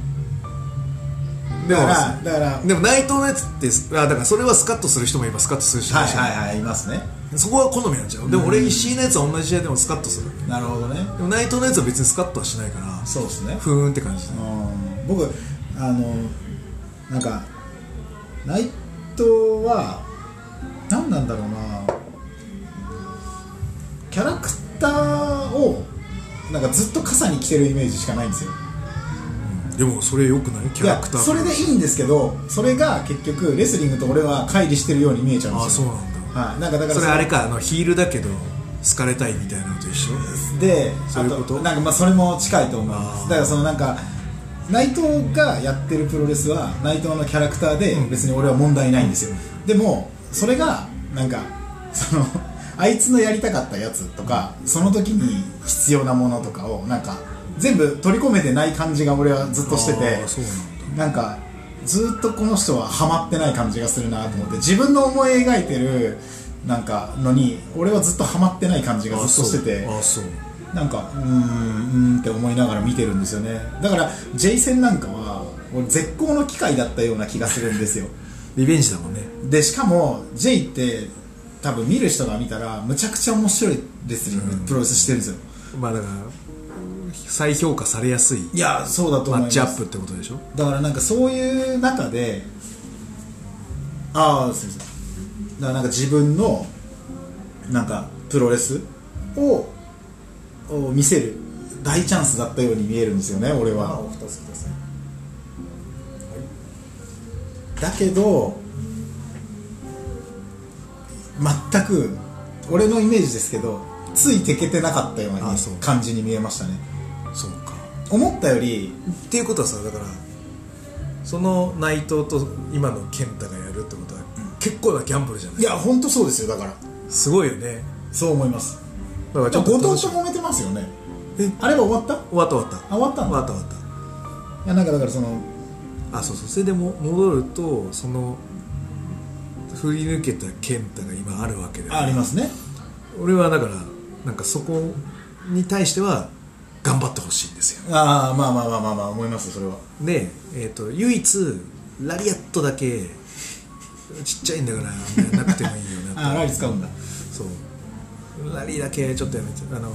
Speaker 1: んで
Speaker 2: だ
Speaker 1: も
Speaker 2: からだから
Speaker 1: でも内藤のやつってあだからそれはスカッとする人もいればスカッとする人もいるじゃん
Speaker 2: いはいいますね
Speaker 1: そこは好みなんちゃうでも俺石井のやつは同じ試合でもスカッとする
Speaker 2: なるほどね
Speaker 1: でも内藤のやつは別にスカッとはしないから
Speaker 2: そうですね
Speaker 1: ふーんって感じだ
Speaker 2: う
Speaker 1: ね
Speaker 2: ん僕あのなんか内藤は何なんだろうなキャラクターをなんかずっと傘に着てるイメージしかないんですよ
Speaker 1: でもそれよくないキャラクター
Speaker 2: いやそれでいいんですけどそれが結局レスリングと俺は乖離してるように見えちゃうん
Speaker 1: ああ
Speaker 2: です
Speaker 1: そう
Speaker 2: よ
Speaker 1: なんだ
Speaker 2: はい、なんかだか
Speaker 1: そ
Speaker 2: ら
Speaker 1: れあれかあのヒールだけど好かれたいみたいなのと一緒
Speaker 2: で
Speaker 1: そういうこと
Speaker 2: あとなんかまあそれも近いと思いま
Speaker 1: あー
Speaker 2: すだからそのなんか内藤がやってるプロレスは内藤のキャラクターで別に俺は問題ないんですよ、でもそれがなんかその あいつのやりたかったやつとかその時に必要なものとかをなんか全部取り込めてない感じが俺はずっとしてて
Speaker 1: あーそうなんだ
Speaker 2: なんかずっとこの人はハマってない感じがするなと思って自分の思い描いてるなんかのに俺はずっとハマってない感じがずっとしてて
Speaker 1: ああそう
Speaker 2: なんかうーんうーんって思いながら見てるんですよねだから J 戦なんかは俺絶好の機会だったような気がするんですよ
Speaker 1: リベンジだもんね
Speaker 2: でしかも J って多分見る人が見たらむちゃくちゃ面白いレスリング、プロレスしてるんですよ
Speaker 1: まあだから再評価されやすい
Speaker 2: いやそうだと
Speaker 1: マッ
Speaker 2: 思います
Speaker 1: チアップってことでしょ
Speaker 2: だからなんかそういう中でああすみませんだからなんか自分のなんかプロレスをを見せる大チャンスだったように見えるんですよね俺は
Speaker 3: お二つください
Speaker 2: だけど全く俺のイメージですけどついてけてなかったような
Speaker 1: あそう
Speaker 2: 感じに見えましたね
Speaker 1: そうか
Speaker 2: 思ったより
Speaker 1: っていうことはさだからその内藤と今の健太がやるってことは、結構なギャンブルじゃない
Speaker 2: いや本当そうですよだから
Speaker 1: すごいよね
Speaker 2: そう思います
Speaker 1: だから
Speaker 2: でも後
Speaker 1: 楽
Speaker 2: 藤
Speaker 1: し
Speaker 2: と
Speaker 1: み
Speaker 2: 褒めてますよね
Speaker 1: え
Speaker 2: あれは終わった
Speaker 1: 終わった終わった
Speaker 2: あ終わったん
Speaker 1: 終
Speaker 2: だ
Speaker 1: わった終わっ
Speaker 2: いやなんかだからその
Speaker 1: たあそうそうそれでも戻るとその振り抜けた健太が今あるわけで
Speaker 2: ありますね
Speaker 1: 俺はだからなんかそこに対しては頑張ってほしいんですよ
Speaker 2: ああまあまあまあまあまあ思いますそれは
Speaker 1: で、えー、と唯一ラリアットだ けちっちゃいんだからあんまりなくてもいいよな
Speaker 2: ああラリ使うんだ
Speaker 1: そうラリーだけちょっとやめてあの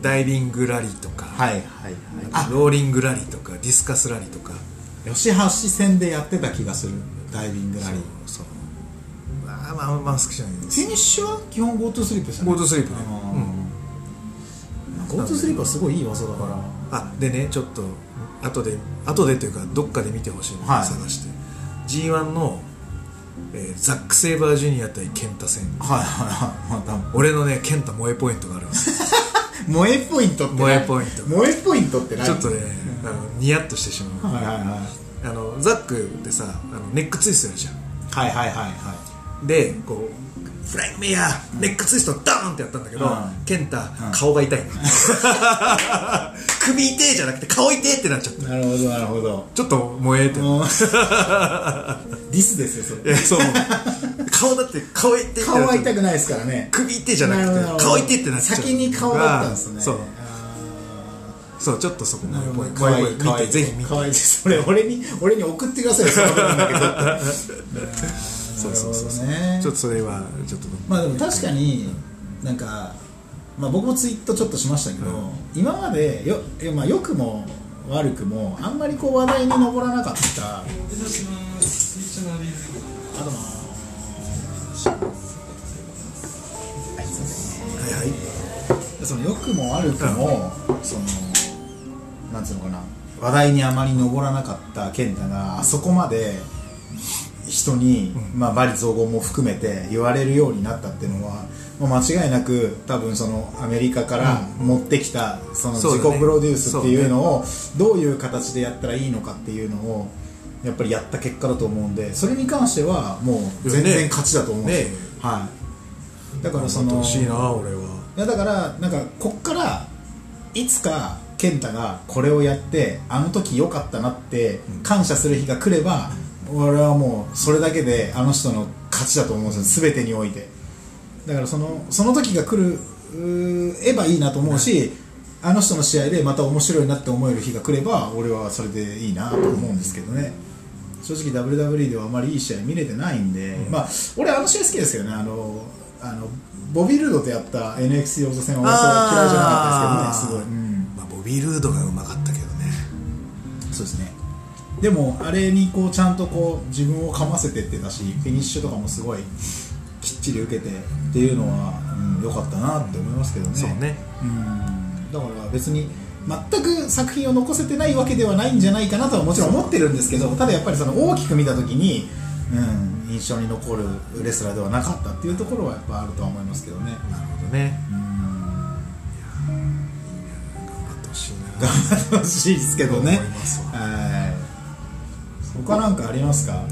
Speaker 1: ダイビングラリーとか
Speaker 2: はいはいはいあ
Speaker 1: ローリングラリーとかディスカスラリーとか
Speaker 2: 吉橋戦でやってた気がするダイビングラリー
Speaker 1: そうまあまあまあ好きじゃないで
Speaker 2: フ
Speaker 1: す
Speaker 2: ィニッシュは基本ゴートスリープですよね
Speaker 1: ゴートスリープね
Speaker 2: あゴートスリープはすごいいい技だから
Speaker 1: あでねちょっと後で後でというかどっかで見てほしいのを
Speaker 2: はい
Speaker 1: 探して、G1 の、えーザック・セイバージュニア対健太戦
Speaker 2: はいはいはいま
Speaker 1: 俺のね健太萌えポイントがあるん ですよ
Speaker 2: た萌えポイントって何
Speaker 1: 萌えポイント
Speaker 2: 萌えポイントって何
Speaker 1: ちょっとねあのニヤッとしてしまう
Speaker 2: はいはいはい
Speaker 1: あのザックってさあのネックツイストやるじゃん
Speaker 2: はいはいはいは
Speaker 1: でこうフライングメイヤーネックツイストダーンってやったんだけど、
Speaker 2: うん
Speaker 1: ケンタ、顔が痛いの 首痛えじゃなくて顔痛えってなっちゃった
Speaker 2: いなるほどなるほど
Speaker 1: ちょっと萌えって
Speaker 2: もうディスですよそ
Speaker 1: え
Speaker 2: れ
Speaker 1: そう顔だって顔痛えってなっちゃった
Speaker 2: 顔は痛くないですからね
Speaker 1: 首痛えじゃなく
Speaker 2: るほど
Speaker 1: て顔痛えってなっちゃう
Speaker 2: 先に顔だったんですね
Speaker 1: そう
Speaker 2: あ
Speaker 1: そうちょっとそこ
Speaker 2: ーなるほど
Speaker 1: 萌え
Speaker 2: かわいい
Speaker 1: 萌え
Speaker 2: かわ
Speaker 1: 見
Speaker 2: い
Speaker 1: て
Speaker 2: い
Speaker 1: ぜひ見て
Speaker 2: かわいいそれ俺に俺に送ってくださいよその部分だけど
Speaker 1: そうそうそうそう
Speaker 2: なるほどね
Speaker 1: ちょっとそれはちょっと
Speaker 2: まあでも確かになんか、まあ、僕もツイートちょっとしましたけど、今までよ、えまあ、良くも悪くもあんまりこう話題に上らなかったあとまあはいすいません
Speaker 1: はいはい
Speaker 2: その良くも悪くも、そのなんつうのかな話題にあまり上らなかった健太があそこまで人に、まあ、罵詈雑言も含めて言われるようになったっていうのは、まあ、間違いなく多分そのアメリカから持ってきたその
Speaker 1: そう
Speaker 2: 自
Speaker 1: だね
Speaker 2: 己プロデュースっていうのをどういう形でやったらいいのかっていうのをやっぱりやった結果だと思うんでそれに関してはもう全然勝ちだと思うんですよ、
Speaker 1: ね
Speaker 2: はい、だからそ
Speaker 1: 頑張って
Speaker 2: の
Speaker 1: ほしいな俺はい
Speaker 2: やだからなんかこっからいつか健太がこれをやってあの時良かったなって感謝する日が来れば俺はもうそれだけであの人の勝ちだと思うんですよ全てにおいてだからそのその時が来るうーえばいいなと思うしあの人の試合でまた面白いなって思える日が来れば俺はそれでいいなと思うんですけどね正直 WWE ではあまりいい試合見れてないんで、まあ俺あの試合好きですけどねあのあのボビー・ルードとやった NXT 王座戦は俺は嫌いじゃなかったですけどねすごい、うん
Speaker 1: まあ、ボビー・ルードがうまかったけどね
Speaker 2: そうですねでもあれにこうちゃんとこう自分をかませてってたしフィニッシュとかもすごいきっちり受けてっていうのはうん良、かったなって思いますけどね
Speaker 1: そうね
Speaker 2: うんだから別に全く作品を残せてないわけではないんじゃないかなとはもちろん思ってるんですけどただやっぱりその大きく見た時に、うん、印象に残るレスラーではなかったっていうところはやっぱあるとは思います けどね
Speaker 1: なるほどね
Speaker 2: うん
Speaker 1: 頑張ってほしい
Speaker 2: 頑
Speaker 1: な
Speaker 2: 張ってほしいですけどね
Speaker 1: 思いますわ
Speaker 2: はい他なんかありますか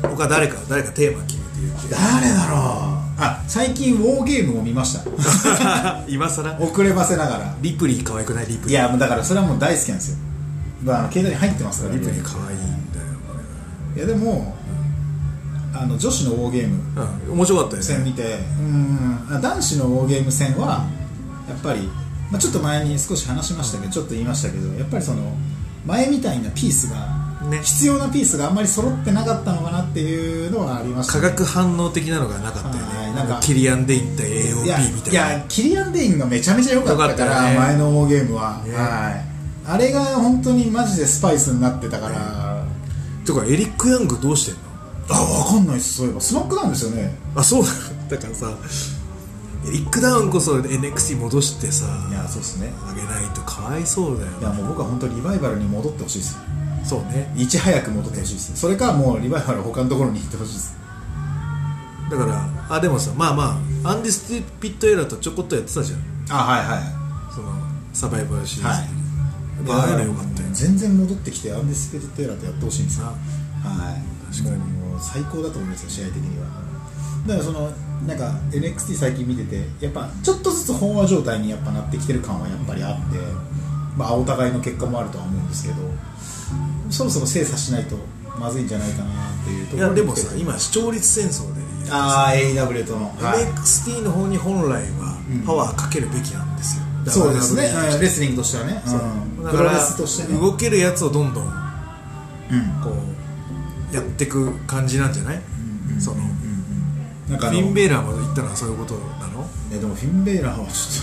Speaker 1: 他誰か誰かテーマ決めて言って
Speaker 2: 誰だろうあ最近ウォーゲームを見ました
Speaker 1: 今さら
Speaker 2: 遅ればせながら
Speaker 1: リプリー可愛くないリプリー
Speaker 2: いやもうだからそれはもう大好きなんですよ、まあ、あの携帯に入ってますから
Speaker 1: リ
Speaker 2: リ
Speaker 1: プ
Speaker 2: プ
Speaker 1: リ
Speaker 2: リ
Speaker 1: ー可愛いんだよ
Speaker 2: いやでもあの女子のウォーゲーム
Speaker 1: うん面白かったよ
Speaker 2: 戦
Speaker 1: ね
Speaker 2: 見てうんあ男子のウォーゲーム戦はやっぱり、まあ、ちょっと前に少し話しましたけどちょっと言いましたけどやっぱりその前みたいなピースが
Speaker 1: ね
Speaker 2: 必要なピースがあんまり揃ってなかったのかなっていうのはありました
Speaker 1: 化
Speaker 2: ね
Speaker 1: 学反応的なのがなかったよ
Speaker 2: は
Speaker 1: ね
Speaker 2: いなんか
Speaker 1: キリアン・デイン対
Speaker 2: いや
Speaker 1: AOP みたい
Speaker 2: い
Speaker 1: な
Speaker 2: やキリアン・デインがめちゃめちゃ良かったか
Speaker 1: 良からったよね
Speaker 2: 前のウォーゲームは、
Speaker 1: ね
Speaker 2: はいあれが本当にマジでスパイスになってたから、
Speaker 1: てかエリック・ヤングどうしてんの
Speaker 2: あ分かんないですそういえばスマックなんですよね
Speaker 1: あそうだだからさエリック・ダウンこそ NXT 戻してさ
Speaker 2: いやそうですね
Speaker 1: あげないとかわいそうだよ
Speaker 2: いやもう僕は本当リバイバルに戻ってほしいです
Speaker 1: そうね
Speaker 2: いち早く戻ってほしいですそれかもうリバイバルは他のところに行ってほしいです
Speaker 1: だからあでもさまあまあアンディスティピットエラーとちょこっとやってたじゃん
Speaker 2: あはいはい
Speaker 1: そのサバイバルシリーズ、
Speaker 2: はい
Speaker 1: まあああいうのよかったよ
Speaker 2: 全然戻ってきてアンディスペルテーラーとやってほしいんですよ
Speaker 1: あ
Speaker 2: はい
Speaker 1: 確かに
Speaker 2: もう最高だと思いますよ試合的にはだからそのなんか NXT 最近見ててやっぱちょっとずつ飽和状態にやっぱなってきてる感はやっぱりあってまあお互いの結果もあるとは思うんですけどそろそろ精査しないとまずいんじゃないかなっていうと
Speaker 1: い
Speaker 2: ころ
Speaker 1: や
Speaker 2: に
Speaker 1: でもさ
Speaker 2: 来てる
Speaker 1: 今視聴率戦争で言うとさ
Speaker 2: ああ AEW との、はい
Speaker 1: NXT の方に本来はパワーかけるべきなんですよ、
Speaker 2: そうですね
Speaker 1: WWE として
Speaker 2: レスリングとしてはねうん
Speaker 1: だ
Speaker 2: プ
Speaker 1: か
Speaker 2: ロレ
Speaker 1: ら
Speaker 2: スとしてね
Speaker 1: 動けるやつをどんどん
Speaker 2: うん
Speaker 1: こうやっていく感じなんじゃない、その
Speaker 2: なんかあ
Speaker 1: フ
Speaker 2: の
Speaker 1: ィンベーラーまで行ったのはそういうことなの
Speaker 2: えでもフィンベーラーはちょ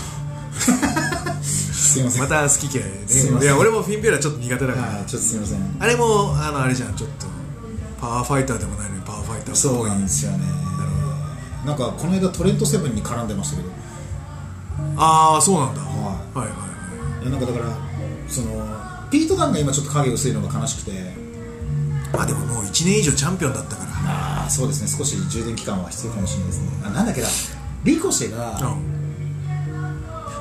Speaker 2: っと すいません
Speaker 1: また好き嫌いね
Speaker 2: すいません
Speaker 1: いや俺もフィンベーラーちょっと苦手だから、
Speaker 2: はいちょっとすいません
Speaker 1: あれもあのあれじゃんちょっとパワーファイターでもないのにパワーファイターっぽい
Speaker 2: そうなんですよねなんかこの間トレントセブンに絡んでましたけど
Speaker 1: ああそうなんだ、
Speaker 2: は
Speaker 1: はいはい
Speaker 2: いやなんかだからそのピート・ダンが今ちょっと影薄いのが悲しくて
Speaker 1: まあでももう1年以上チャンピオンだったから
Speaker 2: ああそうですね少し充電期間は必要かもしれないですねあなんだっけなリコシェが
Speaker 1: うん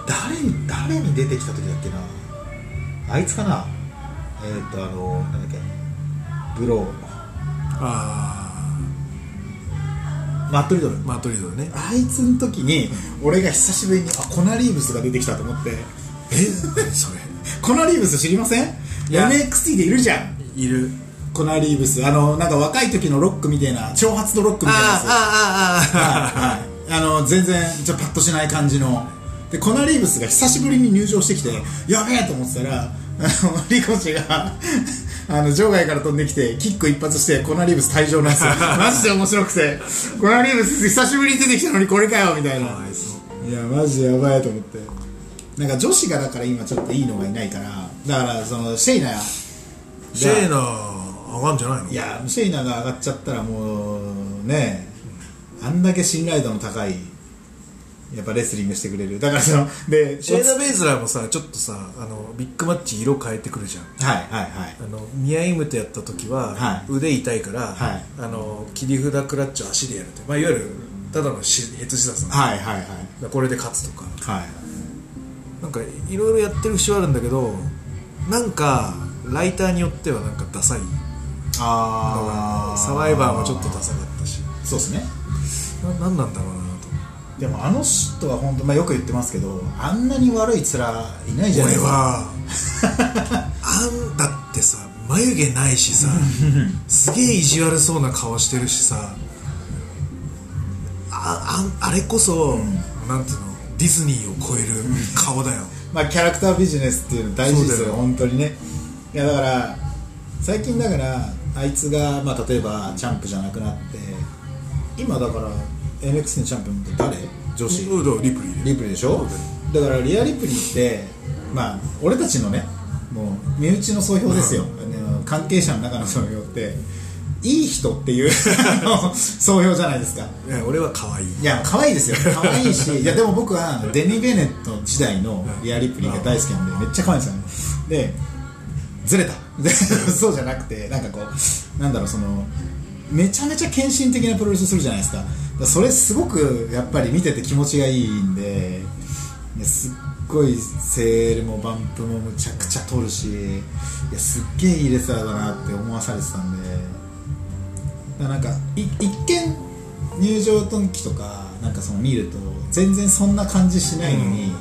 Speaker 2: 誰に誰に出てきた時だっけなあいつかなえーっ、とあのなんだっけブロー
Speaker 1: あ
Speaker 2: マット・リドル
Speaker 1: あマトリドルね
Speaker 2: あいつの時に俺が久しぶりにあコナリーブスが出てきたと思って
Speaker 1: えそれ
Speaker 2: コナリーブス知りません
Speaker 1: いや
Speaker 2: ?NXT でいるじゃん
Speaker 1: いる
Speaker 2: コナリーブスあのなんか若い時のロックみたいな長髪のロックみたいなやつ
Speaker 1: あ
Speaker 2: はいはい、あの全然じゃあパッとしない感じのでコナリーブスが久しぶりに入場してきてやべえと思ってたらあのリコシがあの場外から飛んできてキック一発してコナリーブス退場なんですよマジで面白くてコナリーブス久しぶりに出てきたのにこれかよみたいない
Speaker 1: そう
Speaker 2: いやマジでやばいと思ってなんか女子がだから今ちょっといいのがいないからだからそのシェイナが
Speaker 1: シェーナー上がんじゃないの
Speaker 2: いやシェイナが上がっちゃったらもうねあんだけ信頼度の高いやっぱレスリングしてくれるだからそので
Speaker 1: シェーナ・ベイズラーもさちょっとさあのビッグマッチ色変えてくるじゃん
Speaker 2: はいはいはい
Speaker 1: あのミアイムとやった時は、
Speaker 2: はい
Speaker 1: 腕痛いから、
Speaker 2: はい
Speaker 1: あの切り札クラッチを足でやるって、まあ、いわゆるただのしヘッドシザーズなんだ
Speaker 2: はいはいはい
Speaker 1: これで勝つとか
Speaker 2: はい
Speaker 1: なんかいろいろやってる節はあるんだけどなんかライターによってはなんかダサい
Speaker 2: ああ
Speaker 1: サバイバーもちょっとダサかったし
Speaker 2: そうですね
Speaker 1: な何なんだろうなと
Speaker 2: でもあの人は本当まあよく言ってますけどあんなに悪い面いないじゃない
Speaker 1: 俺
Speaker 2: ですか
Speaker 1: はあんだってさ眉毛ないし さすげえ意地悪そうな顔してるしさああんあれこそ、なんていうのディズニーを超える顔だよ、
Speaker 2: まあ、キャラクタービジネスっていうの大事です
Speaker 1: そう
Speaker 2: よ
Speaker 1: だよ
Speaker 2: 本当にねいやだから最近だからあいつが、まあ、例えばチャンプじゃなくなって今だから NX のチャンピオンって誰女子
Speaker 1: うん、どうリプリーで
Speaker 2: リプリーでしょだからリアリプリーってまあ俺たちのねもう身内の総評ですよ、あの関係者の中の総評っていい人っていう あの総評じゃないですか
Speaker 1: いや俺は可愛い
Speaker 2: いや可愛いですよ可愛いしいやでも僕はデニ・ベネット時代のリア・リプリーが大好きなんでめっちゃ可愛いんですよねでずれた でそうじゃなくてなんかこうなんだろうそのめちゃめちゃ献身的なプロレスするじゃないですかだからそれすごくやっぱり見てて気持ちがいいんでいやすっごいセールもバンプもむちゃくちゃ取るしいやすっげえいいレスラーだなって思わされてたんでだからなんかい一見入場の時とかなんかその見ると全然そんな感じしないのに、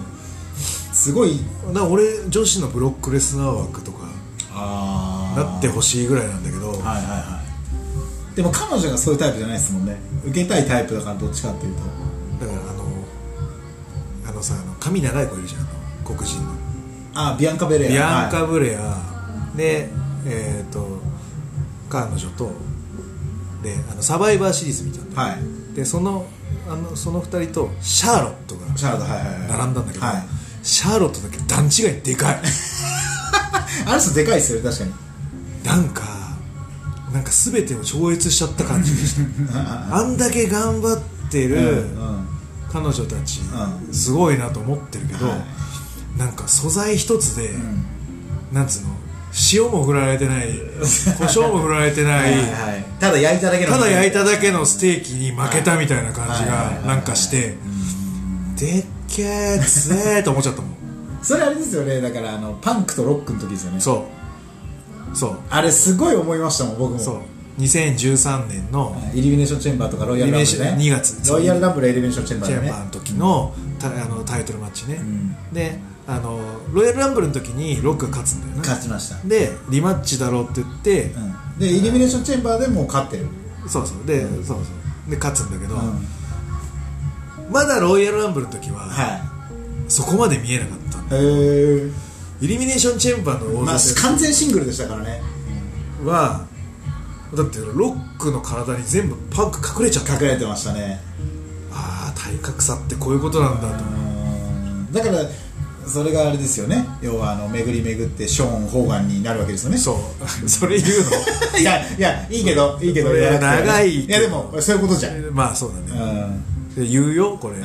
Speaker 2: すごい
Speaker 1: だから俺女子のブロックレスナー枠とか
Speaker 2: あ
Speaker 1: なってほしいぐらいなんだけど
Speaker 2: はいはいはいでも彼女がそういうタイプじゃないですもんね受けたいタイプだからどっちかっていうと
Speaker 1: だからあのあのさあの髪長い子いるじゃんあの黒人の
Speaker 2: あビアンカ・ベレア
Speaker 1: ビアン
Speaker 2: はい
Speaker 1: カ・ブレア、でえっ、と彼女とであのサバイバーシリーズみたいな、
Speaker 2: はい、
Speaker 1: でそのあのその2人とシャーロット
Speaker 2: シャーロットはいはい、は
Speaker 1: が
Speaker 2: い、
Speaker 1: 並んだんだけど、
Speaker 2: はい、
Speaker 1: シャーロットだけ段違いでかい
Speaker 2: あの人でかいっすよね確かに
Speaker 1: なんかなんか全てを超越しちゃった感じで したあんだけ頑張ってる、
Speaker 2: うん
Speaker 1: 彼女たち、
Speaker 2: う
Speaker 1: すごいなと思ってるけど、
Speaker 2: は
Speaker 1: なんか素材一つで、
Speaker 2: ん
Speaker 1: なんつうの塩も振られてない胡椒も振られてな
Speaker 2: はいいはいただ焼いただけの
Speaker 1: ただ焼いただけのステーキに負けたみたいな感じ
Speaker 2: はいはいはい
Speaker 1: が
Speaker 2: はい
Speaker 1: なんかしてでっけえつえーと思っちゃったもん
Speaker 2: それあれですよねだからあのパンクとロックの時ですよね
Speaker 1: そうそう
Speaker 2: あれすごい思いましたもん僕も
Speaker 1: そう2013年の
Speaker 2: イルミネーションチェンバーとかロイヤルランブルね
Speaker 1: イルミネーション2月
Speaker 2: ロイヤルランブルはイルミネーションチェンバ
Speaker 1: チェ
Speaker 2: ーだ
Speaker 1: ン
Speaker 2: ね
Speaker 1: バーの時のたあのタイトルマッチね、
Speaker 2: ん
Speaker 1: であのロイヤルランブルの時にロックが勝つんだよね
Speaker 2: 勝ちました、う
Speaker 1: でリマッチだろうって言って、
Speaker 2: ん、でイルミネーションチェンバーでもう勝ってる、
Speaker 1: そうそうで、そうそうで勝つんだけど、
Speaker 2: うん
Speaker 1: まだロイヤルランブルの時は、
Speaker 2: は
Speaker 1: そこまで見えなかった
Speaker 2: いへえ
Speaker 1: イルミネーションチェンバーの王
Speaker 2: まあ
Speaker 1: 座戦
Speaker 2: 完全シングルでしたからね
Speaker 1: は、だってロックの体に全部パンク隠れちゃった
Speaker 2: 隠れてましたね
Speaker 1: ああ体格差ってこういうことなんだと
Speaker 2: うんだからそれがあれですよね要はあの巡り巡ってショーン・ホーガンになるわけですよね
Speaker 1: そう それ言う
Speaker 2: いやいやいいけどいいけど
Speaker 1: それ
Speaker 2: 言わなくて
Speaker 1: 長い
Speaker 2: いやでもそういうことじゃん、 うん
Speaker 1: のまあそうだね
Speaker 2: は
Speaker 1: で言うよ これ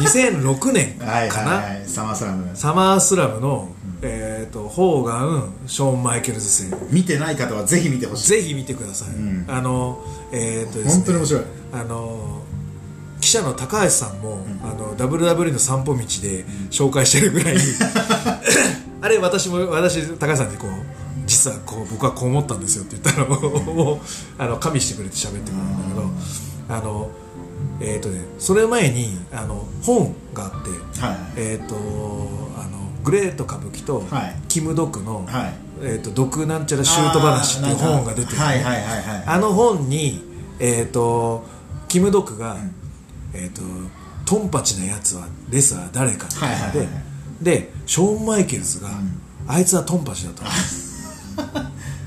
Speaker 1: 2006年
Speaker 2: い
Speaker 1: かな、
Speaker 2: はいはいサマーサラム
Speaker 1: サマースラムの、えー、とホーガンショーン・マイケルズ戦
Speaker 2: 見てない方はぜひ見てほしい
Speaker 1: ぜひ見てください、あのえっ、とですね
Speaker 2: 本当に面白い
Speaker 1: あの記者の高橋さんも、あの WW の散歩道で紹介してるぐ らいあれ私も私高橋さんにこう実はこう僕はこう思ったんですよって言ったのを、もうあの加味してくれて喋ってくれるんだけど、あのえっ、とねそれ前にあの本があって、
Speaker 2: はい
Speaker 1: えっ、とあのグレート歌舞伎と、
Speaker 2: はい
Speaker 1: キム・ドクの「
Speaker 2: はい
Speaker 1: えー、と毒なんちゃらシュート話」っていう本が出てる、
Speaker 2: はいはいはいはい
Speaker 1: あの本に、えー、とキム・ドクが、えーと「トンパチなやつはレスラー誰か」って言って、
Speaker 2: はいはいはい
Speaker 1: でショーン・マイケルズが、あいつはトンパチだと」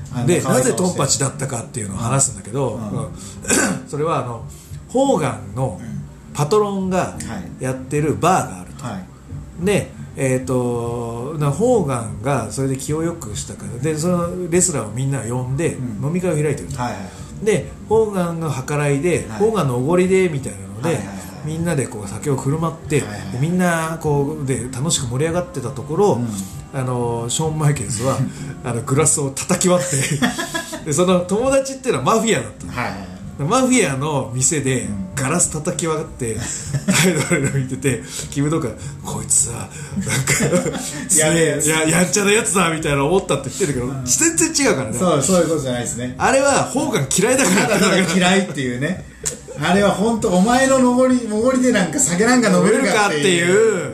Speaker 2: あの
Speaker 1: で
Speaker 2: 可
Speaker 1: ないぜ
Speaker 2: 愛顔して
Speaker 1: トンパチだったかっていうのを話すんだけ ど、うんそれはあのホーガンのパトロンがやってるバーがあると。
Speaker 2: はい
Speaker 1: でえー、となホーガンがそれで気をよくしたからでそのレスラーをみんな呼んで
Speaker 2: ん
Speaker 1: 飲み会を開いてると、
Speaker 2: はいはい
Speaker 1: でホーガンの計らいで、
Speaker 2: はい
Speaker 1: ホーガンのおごりでみたいなので、
Speaker 2: はいはいはい
Speaker 1: みんなでこう酒を振る舞って、
Speaker 2: はいはい
Speaker 1: でみんなこうで楽しく盛り上がってたところ、あのショーン・マイケルズ はあのグラスを叩き割ってでその友達っていうのはマフィアだったの
Speaker 2: はいはいはい
Speaker 1: マフィアの店でガラス叩き割ってタイドルを見ててキム・ドクが「こいつはなんか
Speaker 2: やべえやつ
Speaker 1: ややんちゃなやつだ」みたいな思ったって言ってるけど全然違うからね
Speaker 2: そうそういうことじゃないですね
Speaker 1: あれはホーガン嫌いだから
Speaker 2: ただただ嫌いっていうねあれは本当お前の登り登りでなんか酒なんか飲め
Speaker 1: 飲め
Speaker 2: る
Speaker 1: る
Speaker 2: か
Speaker 1: か
Speaker 2: っ
Speaker 1: ってて
Speaker 2: い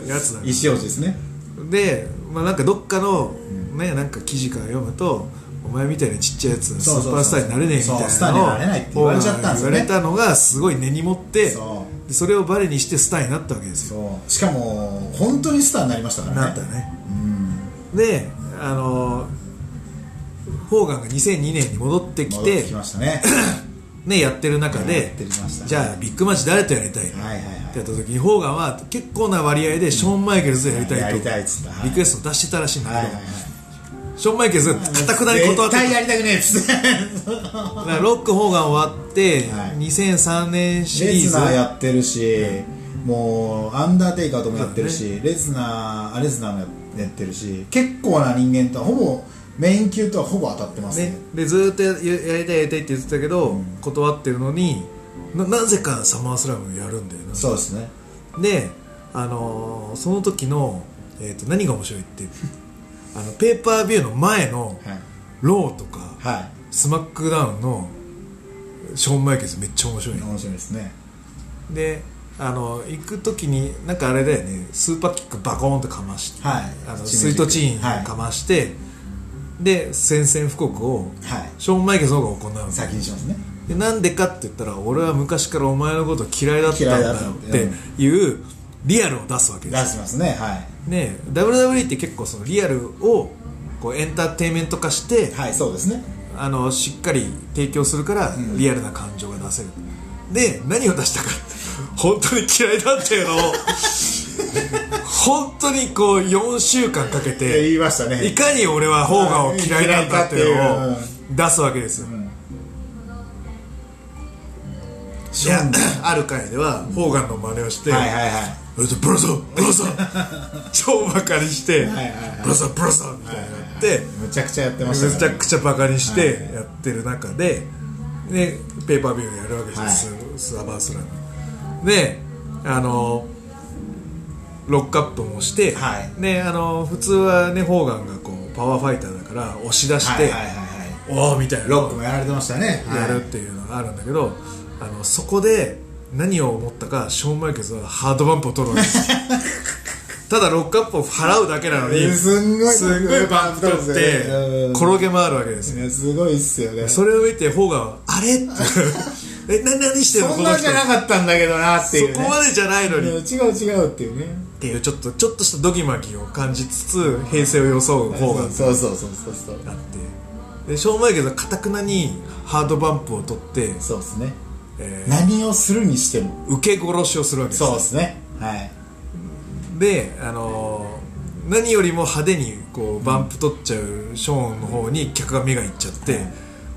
Speaker 2: う
Speaker 1: いうやつだ
Speaker 2: 意思表示ですね
Speaker 1: で、まあ、なんかどっかの、ね、なんか記事から読むとお前みたいなちっちゃいやつはス
Speaker 2: そうそう
Speaker 1: ー
Speaker 2: そう
Speaker 1: パースターになれねえみたいなのを
Speaker 2: そうスターになれないって言われちゃったんですよね
Speaker 1: 言われたのがすごい根に持って
Speaker 2: そ
Speaker 1: でそれをバレにしてスターになったわけですよ
Speaker 2: そうしかも本当にスターになりましたからね
Speaker 1: なったね、であのホーガンが2002年に戻ってき
Speaker 2: 戻っててきましたね
Speaker 1: ね、やってる中
Speaker 2: や
Speaker 1: で
Speaker 2: ってましたね
Speaker 1: じゃあビッグマッチ誰とやりたい、
Speaker 2: はいはいはい
Speaker 1: ってやった時にホーガンは結構な割合でショーン・マイケルズでやりたいと、
Speaker 2: やりたいっつったはい
Speaker 1: リクエストを出してたらしいんだけど、
Speaker 2: はいはいはい
Speaker 1: ショーン・マイケルズがかたくなに断ってた
Speaker 2: 絶対やりたくねえっつって
Speaker 1: だからロック・ホーガン終わって、
Speaker 2: はい
Speaker 1: 2003年シ
Speaker 2: レ
Speaker 1: リー
Speaker 2: ズ
Speaker 1: ズ
Speaker 2: ナーやってるし、もうアンダーテイカーともやってるし、レズナーあレズナーもやってるし結構な人間とほぼメイン級とはほぼ当たってますね
Speaker 1: ね、でずーっとややりたいやりたいって言ってたけど、断ってるのにななぜかサマースラムやるんだよな
Speaker 2: そうですね
Speaker 1: で、あのーその時の、えー、と何が面白いって あのペーパービューの前の
Speaker 2: はい、
Speaker 1: ローとか
Speaker 2: は
Speaker 1: スマックダウンのショーン・マイケルズめっちゃ面白い
Speaker 2: い、
Speaker 1: の
Speaker 2: 面白いですね
Speaker 1: であの行く時になんかあれだよねスーパーキックバコーンとかまして、
Speaker 2: はい
Speaker 1: あの
Speaker 2: チームキック
Speaker 1: スイートチーン
Speaker 2: はい
Speaker 1: かまして、で宣戦布告を
Speaker 2: はい
Speaker 1: ショーン・マイケルズの方が行うの
Speaker 2: 先にしますね
Speaker 1: でなんでかって言ったら俺は昔からお前のこと嫌いだったんだ
Speaker 2: 嫌いだった
Speaker 1: よ
Speaker 2: ん
Speaker 1: っ
Speaker 2: だ
Speaker 1: て
Speaker 2: よ
Speaker 1: いうリアルを出すわけ
Speaker 2: 出
Speaker 1: です
Speaker 2: しますねは
Speaker 1: ね WWE って結構そのリアルをこうエンターテインメント化して、
Speaker 2: いはいそうですね
Speaker 1: あのしっかり提供するからリアルな感情が出せる、で何を出したか本当に嫌いだっていうのを本当にこう4週間かけて
Speaker 2: 言いましたね
Speaker 1: いかに俺はホーガンを嫌いなんだっていうのを
Speaker 2: うん
Speaker 1: 出すわけですよ、いやある回ではホーガンの真似をして、
Speaker 2: はいはいはい
Speaker 1: えっとブラザーブラザー超バカにして、
Speaker 2: はいはいはい
Speaker 1: ブラザーブラザーみたいになって、
Speaker 2: むちゃくちゃやってま
Speaker 1: め
Speaker 2: した
Speaker 1: ち
Speaker 2: か
Speaker 1: ゃ
Speaker 2: らね
Speaker 1: くちゃバカにしてやってる中で、でペーパービューやるわけですよ、スーバースラムであのロックアップもして、
Speaker 2: はい
Speaker 1: であの普通はねホーガンがこうパワーファイターだから押し出し
Speaker 2: はい
Speaker 1: て、
Speaker 2: はいはいはい
Speaker 1: おおみたいな
Speaker 2: ロックもやられてましたね
Speaker 1: や
Speaker 2: は
Speaker 1: る
Speaker 2: い
Speaker 1: っていうのがあるんだけど、あのそこで何を思ったかショーン・マイケルズはハードバンプを取るわけです ただロックアップを払うだけなのに
Speaker 2: うんすんごい
Speaker 1: すんごいバンプ取って
Speaker 2: うん
Speaker 1: 転げ回るわけですよ
Speaker 2: いやすごいっすよね
Speaker 1: それを見てホーガンはあれ ってえな何してんの
Speaker 2: そ
Speaker 1: こ
Speaker 2: ん
Speaker 1: の
Speaker 2: な
Speaker 1: 人
Speaker 2: じゃなかったんだけどなっていう
Speaker 1: そ
Speaker 2: ね
Speaker 1: こまでじゃないの
Speaker 2: うん
Speaker 1: にっ
Speaker 2: 違う違うっていうね
Speaker 1: ていうちょっとちょっとしたドギマギを感じつつ平成を装うホーガン
Speaker 2: そうそうそうそうそう
Speaker 1: があってでしょうもないけどかたくなにハードバンプを取って
Speaker 2: そうですね
Speaker 1: ええ
Speaker 2: 何をするにしても
Speaker 1: ー受け殺しをするわけです
Speaker 2: そうですねはい
Speaker 1: で、あのー何よりも派手にこうバンプ取っちゃうショーンの方に客が目がいっちゃって、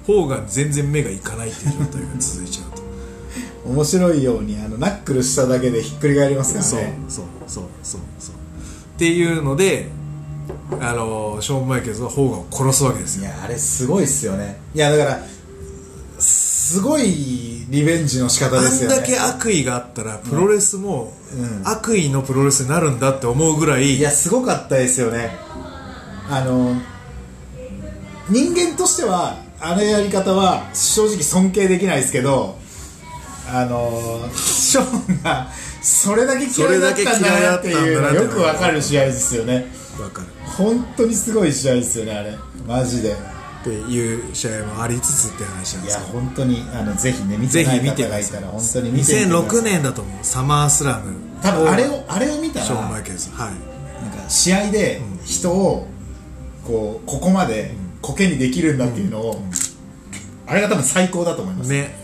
Speaker 1: 方が全然目がいかないっていう状態が続いちゃうと
Speaker 2: 面白いようにあのナックルしただけでひっくり返ります
Speaker 1: そう
Speaker 2: からね
Speaker 1: そうそうそうそうっていうので、あのーショーン・マイケルズはホーガンを殺すわけです
Speaker 2: い
Speaker 1: よ
Speaker 2: やあれすごいっすよねいやだからすごいリベンジの仕方
Speaker 1: あ
Speaker 2: です
Speaker 1: ん
Speaker 2: よね
Speaker 1: だけ悪意があったらプロレスも
Speaker 2: うん
Speaker 1: 悪意のプロレスになるんだって思うぐらい
Speaker 2: いやすごかったですよねあの人間としてはあのやり方は正直尊敬できないですけどあのショーンがそれだけ嫌いだったんだなっていうのがよくわかる試合ですよね
Speaker 1: わかる
Speaker 2: 本当にすごい試合ですよねあれマジで
Speaker 1: っていう試合もありつつって話なん
Speaker 2: い
Speaker 1: で
Speaker 2: や
Speaker 1: すけど
Speaker 2: 本当にあのぜひね見て
Speaker 1: ぜ
Speaker 2: な
Speaker 1: ひ
Speaker 2: い
Speaker 1: 見
Speaker 2: 方
Speaker 1: てく
Speaker 2: が
Speaker 1: だ
Speaker 2: い
Speaker 1: さ
Speaker 2: た
Speaker 1: い
Speaker 2: ら本当に見てみてくださ
Speaker 1: 2006
Speaker 2: い
Speaker 1: 年だと思うサマースラム
Speaker 2: 多分あれをあれを見たら
Speaker 1: ショーン・マイケルズはい
Speaker 2: なんか試合で人をこうここまでコケにできるんだっていうのを、あれが多分最高だと思います、
Speaker 1: ね、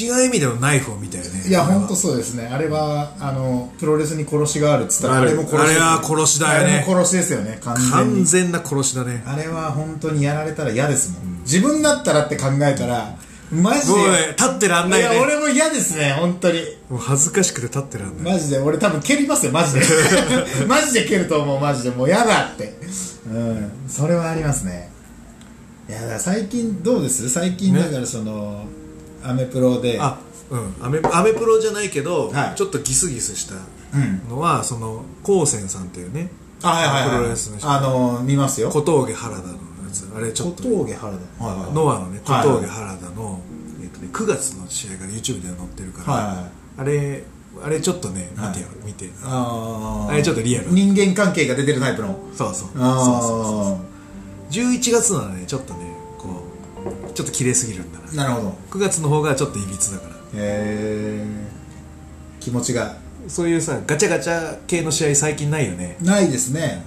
Speaker 1: 違う意味でのナイフを見たよね
Speaker 2: いや
Speaker 1: これは
Speaker 2: 本当そうですねあれはあのプロレスに殺しがあるっつったら
Speaker 1: あ
Speaker 2: あ
Speaker 1: る
Speaker 2: れも殺しで
Speaker 1: あ
Speaker 2: すよ
Speaker 1: れは殺しだよね
Speaker 2: あれも殺しですよね完全
Speaker 1: 完
Speaker 2: に
Speaker 1: 全な殺しだね
Speaker 2: あれは本当にやられたら嫌ですもん、自分だったらって考えたらマジ
Speaker 1: もう
Speaker 2: で
Speaker 1: 立ってらんない
Speaker 2: い
Speaker 1: よね
Speaker 2: や俺も嫌ですね本当に
Speaker 1: もう恥ずかしくて立ってらんない
Speaker 2: マジで俺多分蹴りますよマジ でマジで蹴ると思うマジでもうやだってうんそれはありますねいやだから最近どうです最近
Speaker 1: ね
Speaker 2: だからその、アメプロで
Speaker 1: あうんアメアメプロじゃないけど、
Speaker 2: はい
Speaker 1: ちょっとギスギスした
Speaker 2: うん
Speaker 1: のはその高専さんっていうね
Speaker 2: あはいはいはい
Speaker 1: プロレスの人
Speaker 2: あの見ますよ
Speaker 1: 小峠原田のやつあれちょ
Speaker 2: 小
Speaker 1: っと
Speaker 2: 峠原田はいはいはい
Speaker 1: ノアのね小
Speaker 2: はい
Speaker 1: 峠原田の、えっとね、9月の試合から YouTube で載ってるから、
Speaker 2: はいはいはい
Speaker 1: あれあれちょっとね見てよ、
Speaker 2: は
Speaker 1: 見て
Speaker 2: あー
Speaker 1: あれちょっとリアル
Speaker 2: 人間関係が出てるタイプの
Speaker 1: そうそうそうそう
Speaker 2: あ
Speaker 1: 11月ならねちょっとねこうちょっと綺麗すぎるんだな
Speaker 2: あなるほど
Speaker 1: 9月の方がちょっといびつだから
Speaker 2: へえ気持ちが
Speaker 1: そういうさガチャガチャ系の試合最近ないよね
Speaker 2: ないですね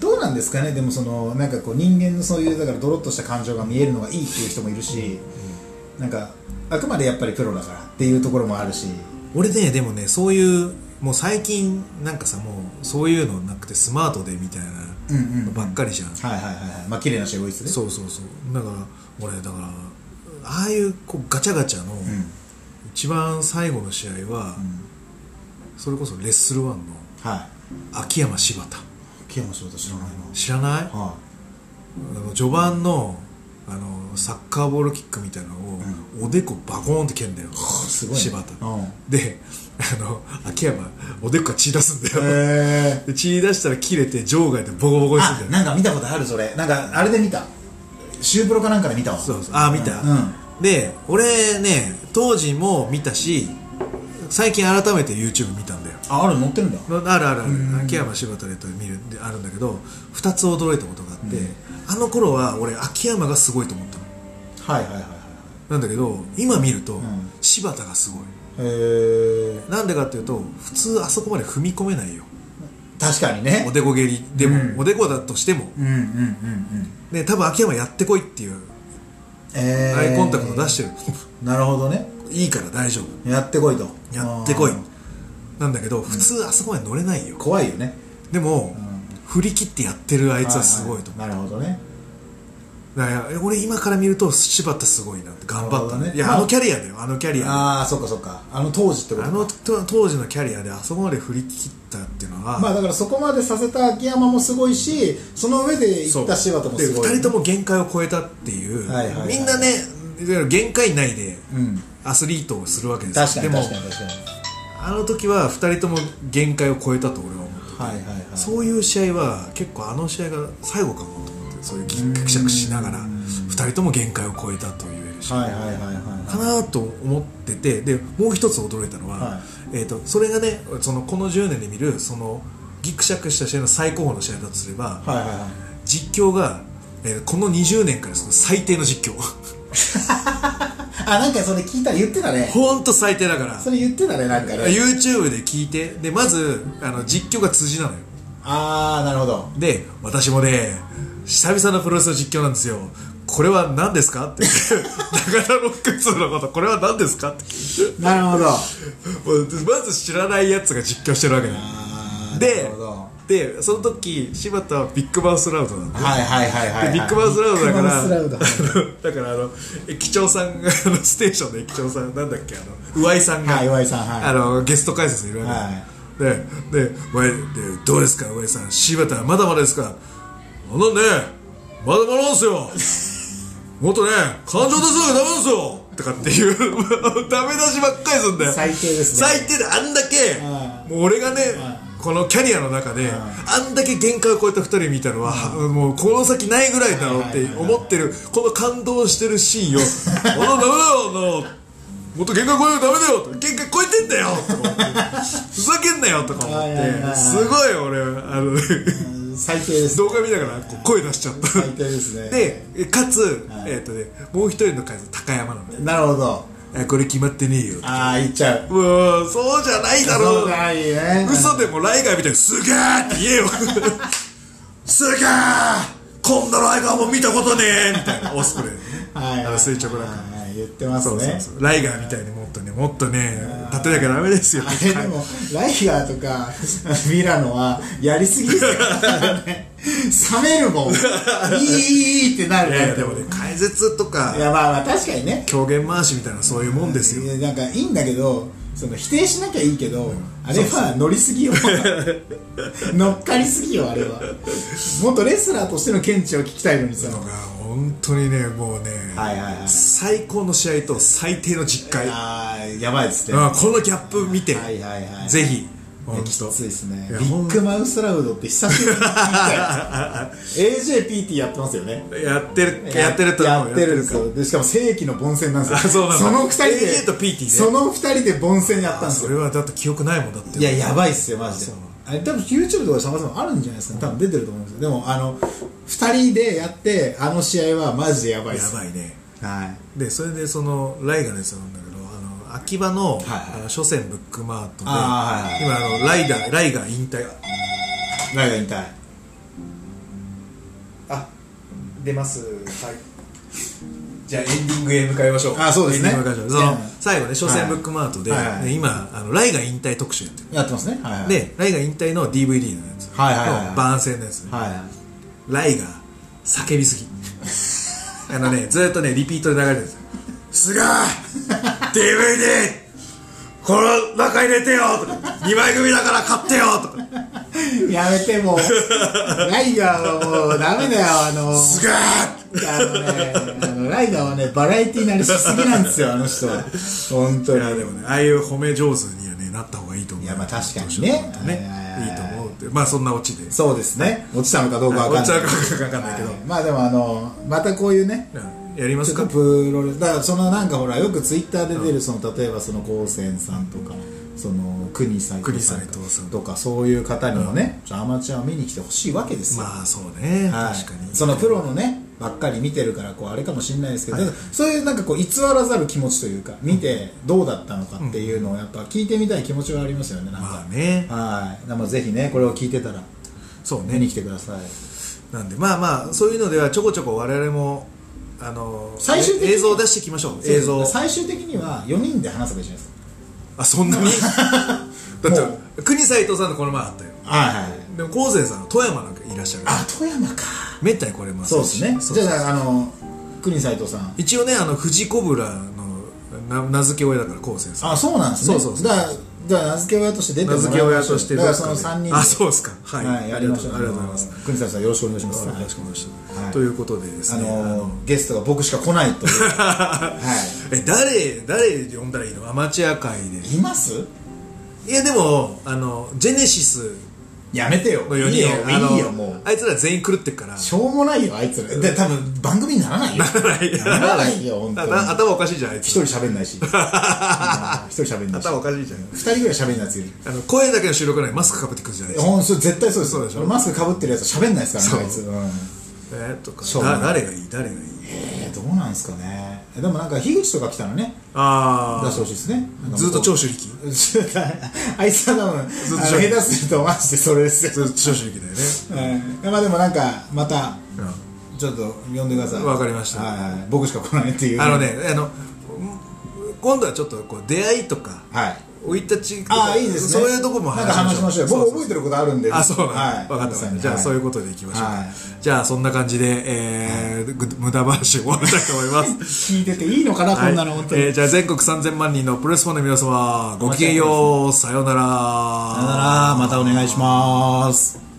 Speaker 2: どうなんですかねでもそのなんかこう人間のそういうだからドロッとした感情が見えるのがいいっていう人もいるし、なんかあくまでやっぱりプロだからっていうところもあるし
Speaker 1: 俺ねでもねそういうもう最近なんかさもうそういうのなくてスマートでみたい
Speaker 2: うん
Speaker 1: な
Speaker 2: う
Speaker 1: ん
Speaker 2: う
Speaker 1: の
Speaker 2: ん
Speaker 1: ばっかりじゃん、
Speaker 2: はいはいはいはいまあ綺麗な試合多いですね
Speaker 1: そうそうそうだから俺だからああいうこうガチャガチャの、
Speaker 2: うん、
Speaker 1: 一番最後の試合は、それこそレッスルワンの
Speaker 2: は
Speaker 1: 秋山柴田
Speaker 2: い清の仕事知らない
Speaker 1: 知らない、
Speaker 2: なは
Speaker 1: あの序盤のあのサッカーボールキックみたいなのを、おでこバコーンって蹴んだよ、
Speaker 2: いすごいね
Speaker 1: 柴田、
Speaker 2: うん
Speaker 1: であの秋山おでこから血出すんだよ、
Speaker 2: へえ
Speaker 1: で血出したら切れて場外でボコボコにす
Speaker 2: あ
Speaker 1: るんだよ
Speaker 2: なんか見たことあるそれなんかあれで見たシュープロかなんかで見たわ
Speaker 1: そうそうああ見た、
Speaker 2: うん
Speaker 1: で俺ね当時も見たし最近改めて YouTube 見たんだよ
Speaker 2: ああるの載ってるんだ
Speaker 1: のあるあるある秋山柴田でと見るであるんだけど2つ驚いたことがあって、あの頃は俺秋山がすごいと思ったの
Speaker 2: はいはいはいはい
Speaker 1: なんだけど今見ると、
Speaker 2: ん
Speaker 1: 柴田がすごい
Speaker 2: へえ
Speaker 1: なんでかっていうと普通あそこまで踏み込めないよ
Speaker 2: 確かにね
Speaker 1: おでこ蹴りでも、
Speaker 2: うん
Speaker 1: おでこだとしても
Speaker 2: うんうんうんうん
Speaker 1: ね多分秋山やってこいっていう
Speaker 2: えー
Speaker 1: アイコンタクト出してる、
Speaker 2: なるほどね
Speaker 1: いいから大丈夫
Speaker 2: やってこいと
Speaker 1: やってこい
Speaker 2: あー
Speaker 1: なんだけど普通あそこまで乗れないよ、
Speaker 2: 怖いよね
Speaker 1: でも、振り切ってやってるあ
Speaker 2: あ
Speaker 1: いつはすごいと思う
Speaker 2: なるほどね
Speaker 1: だから俺今から見ると柴田すごいなって頑張った
Speaker 2: なるほど
Speaker 1: ね
Speaker 2: ね
Speaker 1: いや
Speaker 2: まあ
Speaker 1: あのキャリアだよあのキャリアあ
Speaker 2: ああそっかそっかあの当時ってことか
Speaker 1: のと当時のキャリアであそこまで振り切ったっていうのは、
Speaker 2: まあだからそこまでさせた秋山もすごいしその上で行った柴田も
Speaker 1: です
Speaker 2: ごい
Speaker 1: 2人とも限界を超えたっていう、
Speaker 2: はいはいはい
Speaker 1: みんなねいわゆる限界内で
Speaker 2: うん
Speaker 1: アスリートをするわけですよ
Speaker 2: 確かに
Speaker 1: でも
Speaker 2: 確かに確かに
Speaker 1: あの時は2人とも限界を超えたと俺は思う
Speaker 2: はいはいはい
Speaker 1: そういう試合は結構あの試合が最後かもと思ってそういうギクシャクしながら2人とも限界を超えたという試合
Speaker 2: はいはいはいはい
Speaker 1: か
Speaker 2: は
Speaker 1: なと思っててでもう一つ驚いたのは、
Speaker 2: は
Speaker 1: えー、とそれがねそのこの10年で見るそのギクシャクした試合の最高峰の試合だとすれば、
Speaker 2: いはいはいはい
Speaker 1: 実況が、えーこの20年からその最低の実況
Speaker 2: あなんかそれ聞いたら言ってたね
Speaker 1: ほんと最低だから
Speaker 2: それ言ってたねなんかね
Speaker 1: YouTube で聞いてでまずあの実況が辻なのよ
Speaker 2: ああなるほど
Speaker 1: で私もね久々のプロレスの実況なんですよこれは何ですかって 中田ロック2のことこれは何ですかって
Speaker 2: なるほど
Speaker 1: もうまず知らないやつが実況してるわけだよ
Speaker 2: あーな
Speaker 1: で
Speaker 2: るほど
Speaker 1: でその時柴田はビッグバウスラウドなんだ
Speaker 2: はいはいはいはい、はい、
Speaker 1: でビッグバウスラウドだか
Speaker 2: ビッグバウスラ
Speaker 1: ら
Speaker 2: ウド
Speaker 1: だからあの駅長さんがあのステーションの駅長さんなんだっけあの上井さんが、
Speaker 2: はい岩井さんはい
Speaker 1: あのゲスト解説いるわけ、
Speaker 2: は
Speaker 1: でで前でどうですか上井さん柴田まだまだですかあのねまだまだなんですよ もっとね感情出さなきゃダメなんですよとかっていう ダメ出しばっかりするんだよ
Speaker 2: 最低ですね
Speaker 1: 最低であんだけ
Speaker 2: う
Speaker 1: もう俺がねこのキャリアの中であんだけ限界を超えた2人見たのはもうこの先ないぐらいだろうって思ってるこの感動してるシーンを「あのダメだよあのもっと限界超えるダメだよ」と限界超えてんだよ」とか思って「ふざけんなよ」とか思
Speaker 2: はいはい
Speaker 1: っ
Speaker 2: は
Speaker 1: て
Speaker 2: い
Speaker 1: すごい俺あのね
Speaker 2: 最低です
Speaker 1: 動画見ながらこう声出しちゃった
Speaker 2: 最低ですね
Speaker 1: でかつえっとねもう一人の解説高山なんで
Speaker 2: なるほど
Speaker 1: 「これ決まってねえよ」
Speaker 2: ああ言っちゃう
Speaker 1: もうそうじゃないだろ
Speaker 2: そううだいいね
Speaker 1: 嘘でもライガーみたいに「すげー!」って言えよ「すげーこんなライガーも見たことねえ!」みたいなオスプレイ
Speaker 2: はい
Speaker 1: あの垂直だから
Speaker 2: はいはい言ってます
Speaker 1: そう
Speaker 2: ね
Speaker 1: そうそうライガーみたいにもっとねもっとね立てなきゃダメですよ
Speaker 2: あれでもライガーと かミラノはやりすぎですからね冷め るもんいいってなる
Speaker 1: い
Speaker 2: ね
Speaker 1: やいやでもね解説とか
Speaker 2: いやまあまあ確かにね
Speaker 1: 狂言回しみたいなそういうもんですよ
Speaker 2: いやなんかいいんだけどその否定しなきゃいいけど、あれは乗りすぎよ乗っかりすぎよあれはもっとレスラーとしての見地を聞きたいのにさ
Speaker 1: のが本当にねもうね
Speaker 2: はいはいはい
Speaker 1: 最高の試合と最低の実会あ
Speaker 2: あーやばいっつっては
Speaker 1: このギャップ見て
Speaker 2: いはいはい
Speaker 1: ぜひ
Speaker 2: いや
Speaker 1: 本
Speaker 2: き
Speaker 1: 当
Speaker 2: ついですね
Speaker 1: いや
Speaker 2: ビ
Speaker 1: ほん
Speaker 2: ッグマウスラウドって久しぶりに聞 いたよ AJPT やってますよね
Speaker 1: やってるやってると思う
Speaker 2: やってるんです
Speaker 1: か
Speaker 2: よでしかも正規の凡戦なんですよ
Speaker 1: あそうなんだ
Speaker 2: その二人で
Speaker 1: AJ と PT ね
Speaker 2: その二人で凡戦やったんです
Speaker 1: そ
Speaker 2: よ
Speaker 1: れはだって記憶ないもんだって
Speaker 2: いや、やばいっすよ、マジで
Speaker 1: そう。
Speaker 2: あれ、多分 YouTube とかで探せばあるんじゃないですかね。多分出てると思うんですよ。でも、あの、二人でやって、あの試合はマジでやばいっ
Speaker 1: や
Speaker 2: す。
Speaker 1: ばいね
Speaker 2: はい。
Speaker 1: でそれでそのライガーのやつなんだけどあの秋葉の、
Speaker 2: はいはい
Speaker 1: あの初戦ブックマートで
Speaker 2: あーはい
Speaker 1: 今あのライダーライガー引退
Speaker 2: ライガー引退。
Speaker 1: あ出ますはいじゃあエンディングへ向かいましょう
Speaker 2: あそうですね
Speaker 1: エンディングへ向かいましょうその、
Speaker 2: うん
Speaker 1: 最後ね初戦ブックマートで,、
Speaker 2: はいはい
Speaker 1: で今あのライガー引退特集やってる
Speaker 2: やってますね。はいはい。、
Speaker 1: でライガー引退の DVD のやつ
Speaker 2: はいはいはいはい
Speaker 1: の番宣のやつ、
Speaker 2: はいはい。
Speaker 1: ライガー叫びすぎあのねずっとねリピートで流れてるんですよ「すがー DVD この中入れてよ!」とか「2枚組だから買ってよ!」とか
Speaker 2: やめて、もう。ライガーはもう、ダメだよ、あの、
Speaker 1: 「すが
Speaker 2: あのね、あのライガーはね、バラエティーなりしすぎなんですよ、あの人は。本当
Speaker 1: ー!」い
Speaker 2: に。
Speaker 1: やでもねああいう褒め上手にはねなった方がいいと思う
Speaker 2: い
Speaker 1: い
Speaker 2: やまあ確かにねはいはいはい
Speaker 1: いいと思うってまあそんなオチで
Speaker 2: そうですね。落ちたのかどうかわかんない。
Speaker 1: 落ちたのかわかんないけど
Speaker 2: はまあでも、あの、またこういうね、
Speaker 1: うんやります
Speaker 2: ちょ
Speaker 1: か
Speaker 2: っとプロレスだからそのなんかほらよくツイッターで出るその例えばその高専さんとかその国斎藤さん
Speaker 1: 国斎藤さん
Speaker 2: とかそういう方にもね、アマチュアを見に来てほしいわけですよ、
Speaker 1: まあそうね
Speaker 2: はい
Speaker 1: 確かに
Speaker 2: そのプロのねばっかり見てるからこうあれかもしれないですけど、
Speaker 1: はい
Speaker 2: そういうなんかこう偽らざる気持ちというか見てどうだったのかっていうのをやっぱ聞いてみたい気持ちはありますよねなん
Speaker 1: ま
Speaker 2: か、
Speaker 1: あね
Speaker 2: はいだからぜひねこれを聞いてたら
Speaker 1: そうね
Speaker 2: 見に来てください、
Speaker 1: なんでまあまあそういうのではちょこちょこ我々もあの
Speaker 2: 最終的に
Speaker 1: 映像を出していきましょう映像を
Speaker 2: 最終的には4人で話せばいいじゃないです
Speaker 1: あそ んなにだ
Speaker 2: も
Speaker 1: って国斎藤さんとこの前あったよ
Speaker 2: かはいはい
Speaker 1: でも昴生さんは富山なんかいらっしゃる
Speaker 2: あ富山か
Speaker 1: めったに来れますし
Speaker 2: そうですね
Speaker 1: そう
Speaker 2: じゃああの国斎藤さん
Speaker 1: 一応ねあの藤子ブラのな名付け親だから昴生さん
Speaker 2: あそうなんですね
Speaker 1: そうそうそう
Speaker 2: だからだから名付け親として出ても
Speaker 1: 名
Speaker 2: らいましょう
Speaker 1: 付け親として
Speaker 2: だからその3人で
Speaker 1: あそうですかはい、
Speaker 2: はい、やりましょう
Speaker 1: ありがとうございます
Speaker 2: あの国斎藤さんよろしくお願いします
Speaker 1: よろしくお願いします、
Speaker 2: はい
Speaker 1: ということでです
Speaker 2: あ
Speaker 1: ね、あ
Speaker 2: の
Speaker 1: の
Speaker 2: ゲストが僕しか来ないという は
Speaker 1: え誰誰呼んだらいいのアマチュア界で
Speaker 2: いいます
Speaker 1: いやでもあのジェネシス
Speaker 2: やめてよ
Speaker 1: の4
Speaker 2: いい
Speaker 1: 人
Speaker 2: よ
Speaker 1: あの
Speaker 2: いいよもう
Speaker 1: あいつら全員狂ってっから
Speaker 2: しょうもないよあいつらで多分番組にならないよ
Speaker 1: なら ない
Speaker 2: ならないよ本当に
Speaker 1: あ頭おかしいじゃんあい
Speaker 2: 一
Speaker 1: つ
Speaker 2: 人喋 んないしあー一人喋んないし
Speaker 1: 頭おかしいじゃん
Speaker 2: 二人ぐらい喋んないやついる
Speaker 1: あの声だけの収録なのにマスクかぶってくるじゃないですか
Speaker 2: ほんそれ絶対そうです
Speaker 1: そうでしょ
Speaker 2: 俺マスクかぶってるやつは喋んないですからねあいつ、うん
Speaker 1: えー、とか
Speaker 2: そう
Speaker 1: だ誰がいい誰がいい
Speaker 2: えーどうなんですかねでもなんか樋口とか来たらね
Speaker 1: あ
Speaker 2: 出してほ
Speaker 1: あ
Speaker 2: しいですねなんか
Speaker 1: ずっと
Speaker 2: 向こ
Speaker 1: 長州力
Speaker 2: う あいつは多
Speaker 1: っと
Speaker 2: 分あの下手するとマジでそれですよ
Speaker 1: ずっと長州力だよね
Speaker 2: はいまあでもなんかまた
Speaker 1: う
Speaker 2: ちょっと呼んでください
Speaker 1: わかりました
Speaker 2: はいはい僕しか来ないっていうん
Speaker 1: あのねあのうん今度はちょっとこう出会いとか
Speaker 2: はい
Speaker 1: 生い立ちとか
Speaker 2: ああいいですね
Speaker 1: そういうとこも
Speaker 2: なんか話しましょう僕覚えてることあるんで
Speaker 1: あそうなんだ、
Speaker 2: はい
Speaker 1: 分かった分かったじゃあ、そういうことでいきましょう、
Speaker 2: はい
Speaker 1: じゃあそんな感じで、えーぐ無駄話終わりたいと思います
Speaker 2: 聞いてていいのか なこんなの本当
Speaker 1: はいえー
Speaker 2: に
Speaker 1: じゃあ全国3000万人のプロレスファンの皆様ごきげんようさようなら
Speaker 2: さよならまたお願いします